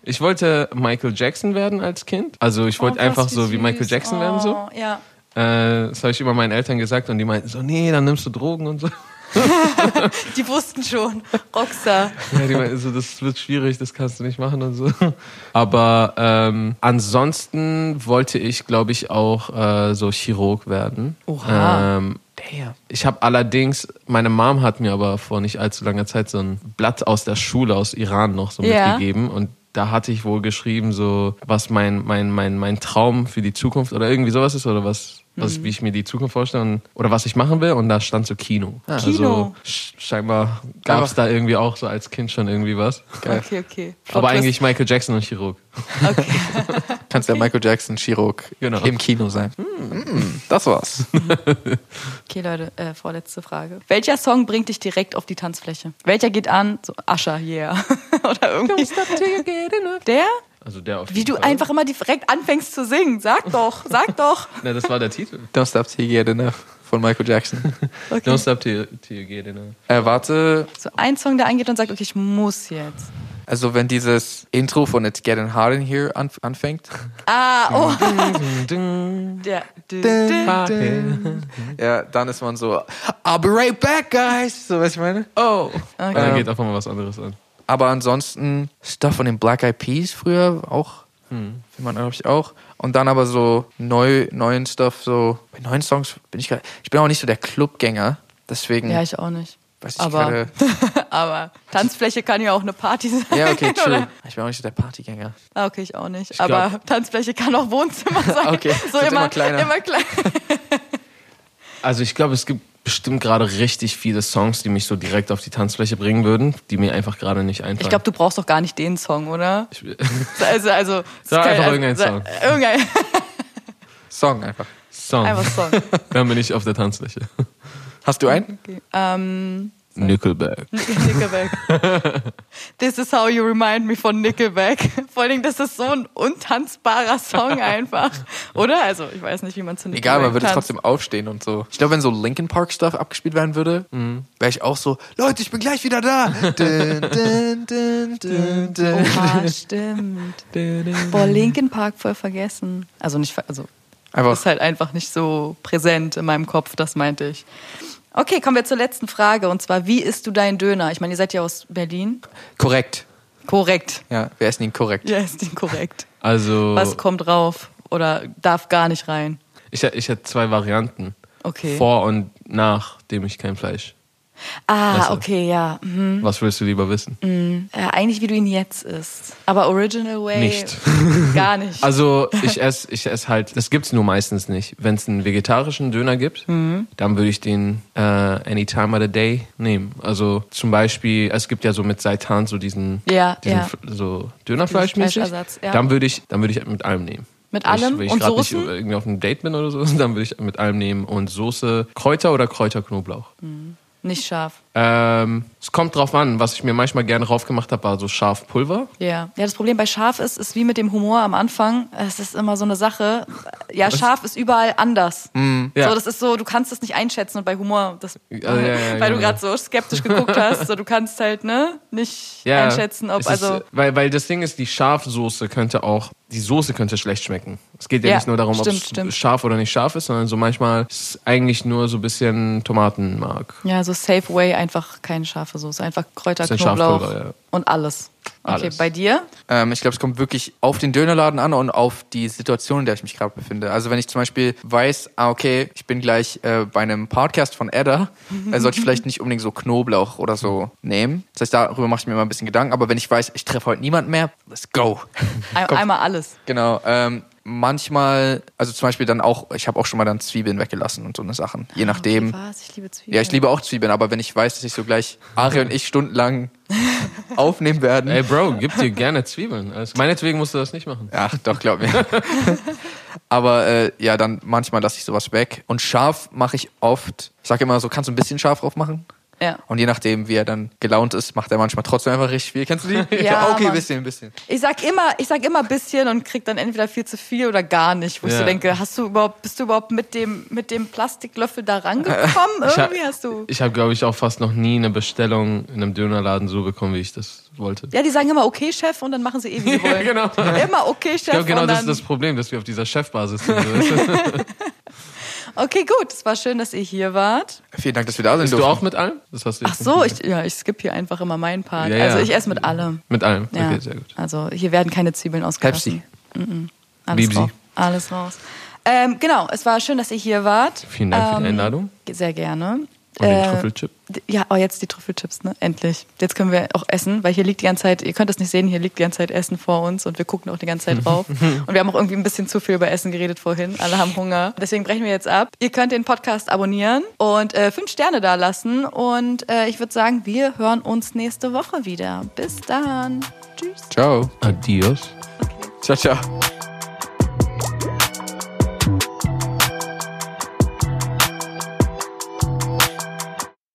C: ich wollte Michael Jackson werden als Kind. Also, ich wollte
A: Oh, krass,
C: einfach so wie
A: süß.
C: Michael Jackson werden. So.
A: Oh, Ja.
C: Äh, das habe ich immer meinen Eltern gesagt und die meinten so, nee, dann nimmst du Drogen und so.
A: Die wussten schon. Rockstar.
C: Ja, die meinten so, das wird schwierig, das kannst du nicht machen und so. Aber ähm, ansonsten wollte ich, glaube ich, auch äh, so Chirurg werden.
A: Oha.
C: Ähm,
B: Damn.
C: Ich habe allerdings, meine Mom hat mir aber vor nicht allzu langer Zeit so ein Blatt aus der Schule aus Iran noch so
A: Ja.
C: mitgegeben und da hatte ich wohl geschrieben, so was mein, mein, mein, mein Traum für die Zukunft oder irgendwie sowas ist oder was
A: Mhm.
C: also wie ich mir die Zukunft vorstelle und, oder was ich machen will. Und da stand so Kino.
A: Ah. Kino.
C: Also sch- scheinbar gab es da irgendwie auch so als Kind schon irgendwie was.
A: Okay, okay.
C: Aber
A: Plot
C: eigentlich Michael Jackson und Chirurg.
B: Kannst ja Michael Jackson, Chirurg
C: Genau.
B: im Kino sein. Mm, das war's.
A: Twist. Okay, Leute, äh, vorletzte Frage. Welcher Song bringt dich direkt auf die Tanzfläche? Welcher geht an? So, Asha, yeah. *laughs* Oder irgendwie. Der?
C: Also der auf
A: Wie
C: jeden
A: du
C: Fall.
A: einfach immer direkt anfängst zu singen. Sag doch, sag doch.
C: Na, das war der Titel.
B: Don't stop till you get enough von Michael Jackson.
C: Don't stop till, till you get ne? enough.
B: äh, warte,
A: So ein Song, der eingeht und sagt, okay, ich muss jetzt.
B: also wenn dieses Intro von It's Getting Hard in Here anf anfängt,
A: Ah,
B: Mhm.
A: oh. Der. Du, du.
B: ja, dann ist man so, I'll be right back, guys. So, was ich meine?
C: Oh.
A: Okay.
C: Dann geht auf einmal was anderes an.
B: Aber ansonsten Stuff von den Black Eyed Peas früher auch. Hm. man, glaube ich, auch. Und dann aber so neu, neuen Stuff, so bei neuen Songs bin ich gerade. Ich bin auch nicht so der Clubgänger. Deswegen
A: Ja, ich auch nicht.
B: weiß ich
A: aber-
B: gerade.
A: *laughs* Aber Tanzfläche kann ja auch eine Party sein.
B: *laughs*
A: *laughs*
B: Ja, okay, true.
A: oder?
B: Ich bin auch nicht so der Partygänger.
A: Ah, okay, ich auch nicht.
C: glaub-
A: aber Tanzfläche kann auch Wohnzimmer sein.
B: Okay,
A: so
B: wird
A: immer,
B: immer kleiner.
A: Immer kleiner.
C: Also ich glaube, es gibt bestimmt gerade richtig viele Songs, die mich so direkt auf die Tanzfläche bringen würden, die mir einfach gerade nicht einfallen.
A: Ich glaube, du brauchst doch gar nicht den Song, oder?
C: *laughs* Ich-
A: Also, also
C: Sag
A: kein-
C: einfach
A: also,
C: irgendeinen
A: sag-
C: Song.
A: Irgendein
B: Song einfach.
A: *laughs*
C: Song.
A: einfach Song.
C: Dann bin ich auf der Tanzfläche.
B: Hast du einen?
A: Okay. Ähm,
C: Nickelback.
A: Nickelback. This is how you remind me von Nickelback. Vor allen Dingen, das ist so ein untanzbarer Song einfach, oder? Also ich weiß nicht, wie man zu Nickelback
B: Egal, man würde
A: tanzt.
B: trotzdem aufstehen und so. Ich glaube, wenn so Linkin Park Stuff abgespielt werden würde, wäre ich auch so, Leute, ich bin gleich wieder *laughs* da. dun, dun, dun, dun, dun.
C: *laughs*
A: Oha, stimmt. Boah, Linkin Park voll vergessen. Also nicht, ver- also
B: Einfach
A: ist halt einfach nicht so präsent in meinem Kopf, das meinte ich. Okay, kommen wir zur letzten Frage und zwar, wie isst du deinen Döner? Ich meine, ihr seid ja aus Berlin.
B: korrekt.
A: Korrekt.
B: Ja, wer ist denn korrekt?
A: Ja, ist den korrekt.
C: Also
A: Was kommt drauf oder darf gar nicht rein?
C: ich, hä- ich hätte zwei Varianten.
A: Okay.
C: Vor und nach dem ich kein Fleisch.
A: Ah,
C: Weißt du?
A: okay, ja. Mhm.
C: Was willst du lieber wissen?
A: Äh, eigentlich wie du ihn jetzt isst. Aber Original Way
C: Nicht.
A: gar nicht.
C: *laughs* Also ich esse ich ess halt, das gibt's nur meistens nicht. Wenn es einen vegetarischen Döner gibt,
A: Mhm.
C: dann würde ich den äh, any time of the day nehmen. Also zum Beispiel, es gibt ja so mit Seitan so diesen,
A: Ja,
C: diesen
A: ja.
C: F- so Dönerfleischmäßig.
A: Dieses Fleischersatz, ja.
C: Dann würde ich, dann würde ich halt mit allem nehmen.
A: Mit
C: Wenn ich-
A: allem
C: Wenn ich
A: und
C: gerade nicht
A: Soßen?
C: irgendwie auf einem Date bin oder so, *laughs* dann würde ich mit allem nehmen und Soße, Kräuter oder Kräuterknoblauch.
A: Mhm. nicht scharf.
C: Ähm, es kommt drauf an, was ich mir manchmal gerne raufgemacht habe, war so scharf Pulver.
A: Ja. Ja, das Problem bei scharf ist, ist wie mit dem Humor am Anfang. Es ist immer so eine Sache. Ja, scharf ist überall anders.
C: Mm, Ja.
A: So, das ist so, du kannst es nicht einschätzen und bei Humor, das,
C: Ja, ja,
A: *laughs*
C: ja,
A: weil du
C: genau.
A: gerade so skeptisch
C: *laughs*
A: geguckt hast, so du kannst halt ne nicht
C: Ja,
A: einschätzen, ob
C: es
A: also
C: Ist, äh, weil, weil das Ding ist, die Schafsoße könnte auch, die Soße könnte schlecht schmecken. Es geht ja,
A: Ja,
C: nicht nur darum, ob
A: stimmt,
C: es
A: stimmt.
C: scharf oder nicht scharf ist, sondern so manchmal ist es eigentlich nur so ein bisschen Tomatenmark.
A: Ja, so Safe Way, einfach keine scharfe Soße, einfach Kräuter,
C: Bisschen
A: Knoblauch
C: Schafpulver, ja.
A: und alles. Okay,
C: Alles.
A: bei dir?
B: Ähm, ich glaube, es kommt wirklich auf den Dönerladen an und auf die Situation, in der ich mich gerade befinde. Also wenn ich zum Beispiel weiß, ah, okay, ich bin gleich äh, bei einem Podcast von Edda, dann sollte ich vielleicht nicht unbedingt so Knoblauch oder so nehmen. Das heißt, darüber mache ich mir immer ein bisschen Gedanken. Aber wenn ich weiß, ich treffe heute niemanden mehr, let's go. *laughs*
A: Ein,
B: Kommt-
A: einmal alles.
B: Genau. Ähm, manchmal, also zum Beispiel dann auch, ich habe auch schon mal dann Zwiebeln weggelassen und so eine Sachen. Je nachdem.
A: Was? Ich liebe Zwiebeln.
B: Ja, ich liebe auch Zwiebeln, aber wenn ich weiß, dass ich so gleich Ari und ich stundenlang *laughs* aufnehmen werden.
C: Ey, Bro, gib dir gerne Zwiebeln. Also meinetwegen musst du das nicht machen.
B: Ach, doch, glaub mir. Aber äh, ja, dann manchmal lasse ich sowas weg. Und scharf mache ich oft. Ich sage immer so, kannst du ein bisschen scharf drauf machen?
A: Ja.
B: Und je nachdem, wie er dann gelaunt ist, macht er manchmal trotzdem einfach richtig viel. Kennst du die?
A: Ja,
B: so, *laughs* okay,
A: Mann.
B: bisschen, bisschen.
A: Ich sag immer, ich sag immer bisschen und krieg dann entweder viel zu viel oder gar nicht, wo ich
C: Ja.
A: so denke, hast du überhaupt, bist du überhaupt mit dem, mit dem Plastiklöffel da rangekommen?
C: *laughs* Ich hab-
A: Irgendwie hast du.
C: Ich habe, glaube ich, auch fast noch nie eine Bestellung in einem Dönerladen so bekommen, wie ich das wollte.
A: Ja, die sagen immer okay, Chef, und dann machen sie eh,
C: *laughs*
A: wie sie wollen.
C: genau.
A: Immer okay, Chef.
C: Ich glaube, genau
A: und
C: das
A: dann,
C: ist das Problem, dass wir auf dieser
A: *laughs*
C: Chefbasis sind. Weißt du?
A: Okay, gut, es war schön, dass ihr hier wart.
B: Vielen Dank, dass wir da sind.
C: Bist du
B: durften.
C: auch mit allem? Das hast du
A: Ach
C: jetzt
A: so,
C: nicht *laughs*
A: ich, ja, ich skip hier einfach immer meinen Part.
C: Ja, ja.
A: Also ich esse mit allem.
C: Mit allem.
A: Ja.
C: Okay, sehr gut.
A: Also hier werden keine Zwiebeln ausgelassen.
B: Pepsi.
A: Alles
C: Lieb sie.
A: raus. Alles raus. Ähm, genau, es war schön, dass ihr hier wart.
C: Vielen Dank für die
A: Ähm,
C: Einladung.
A: Sehr gerne.
C: Und den
A: äh,
C: Trüffelchip.
A: d- Ja, oh, jetzt die Trüffelchips, ne? Endlich. Jetzt können wir auch essen, weil hier liegt die ganze Zeit, ihr könnt es nicht sehen, hier liegt die ganze Zeit Essen vor uns und wir gucken auch die ganze
C: *laughs*
A: Zeit drauf. und wir haben auch irgendwie ein bisschen zu viel über Essen geredet vorhin. Alle haben Hunger. Deswegen brechen wir jetzt ab. Ihr könnt den Podcast abonnieren und äh, fünf Sterne da lassen. Und äh, ich würde sagen, wir hören uns nächste Woche wieder. Bis dann. Tschüss.
B: Ciao.
C: Adios.
B: Ciao, ciao.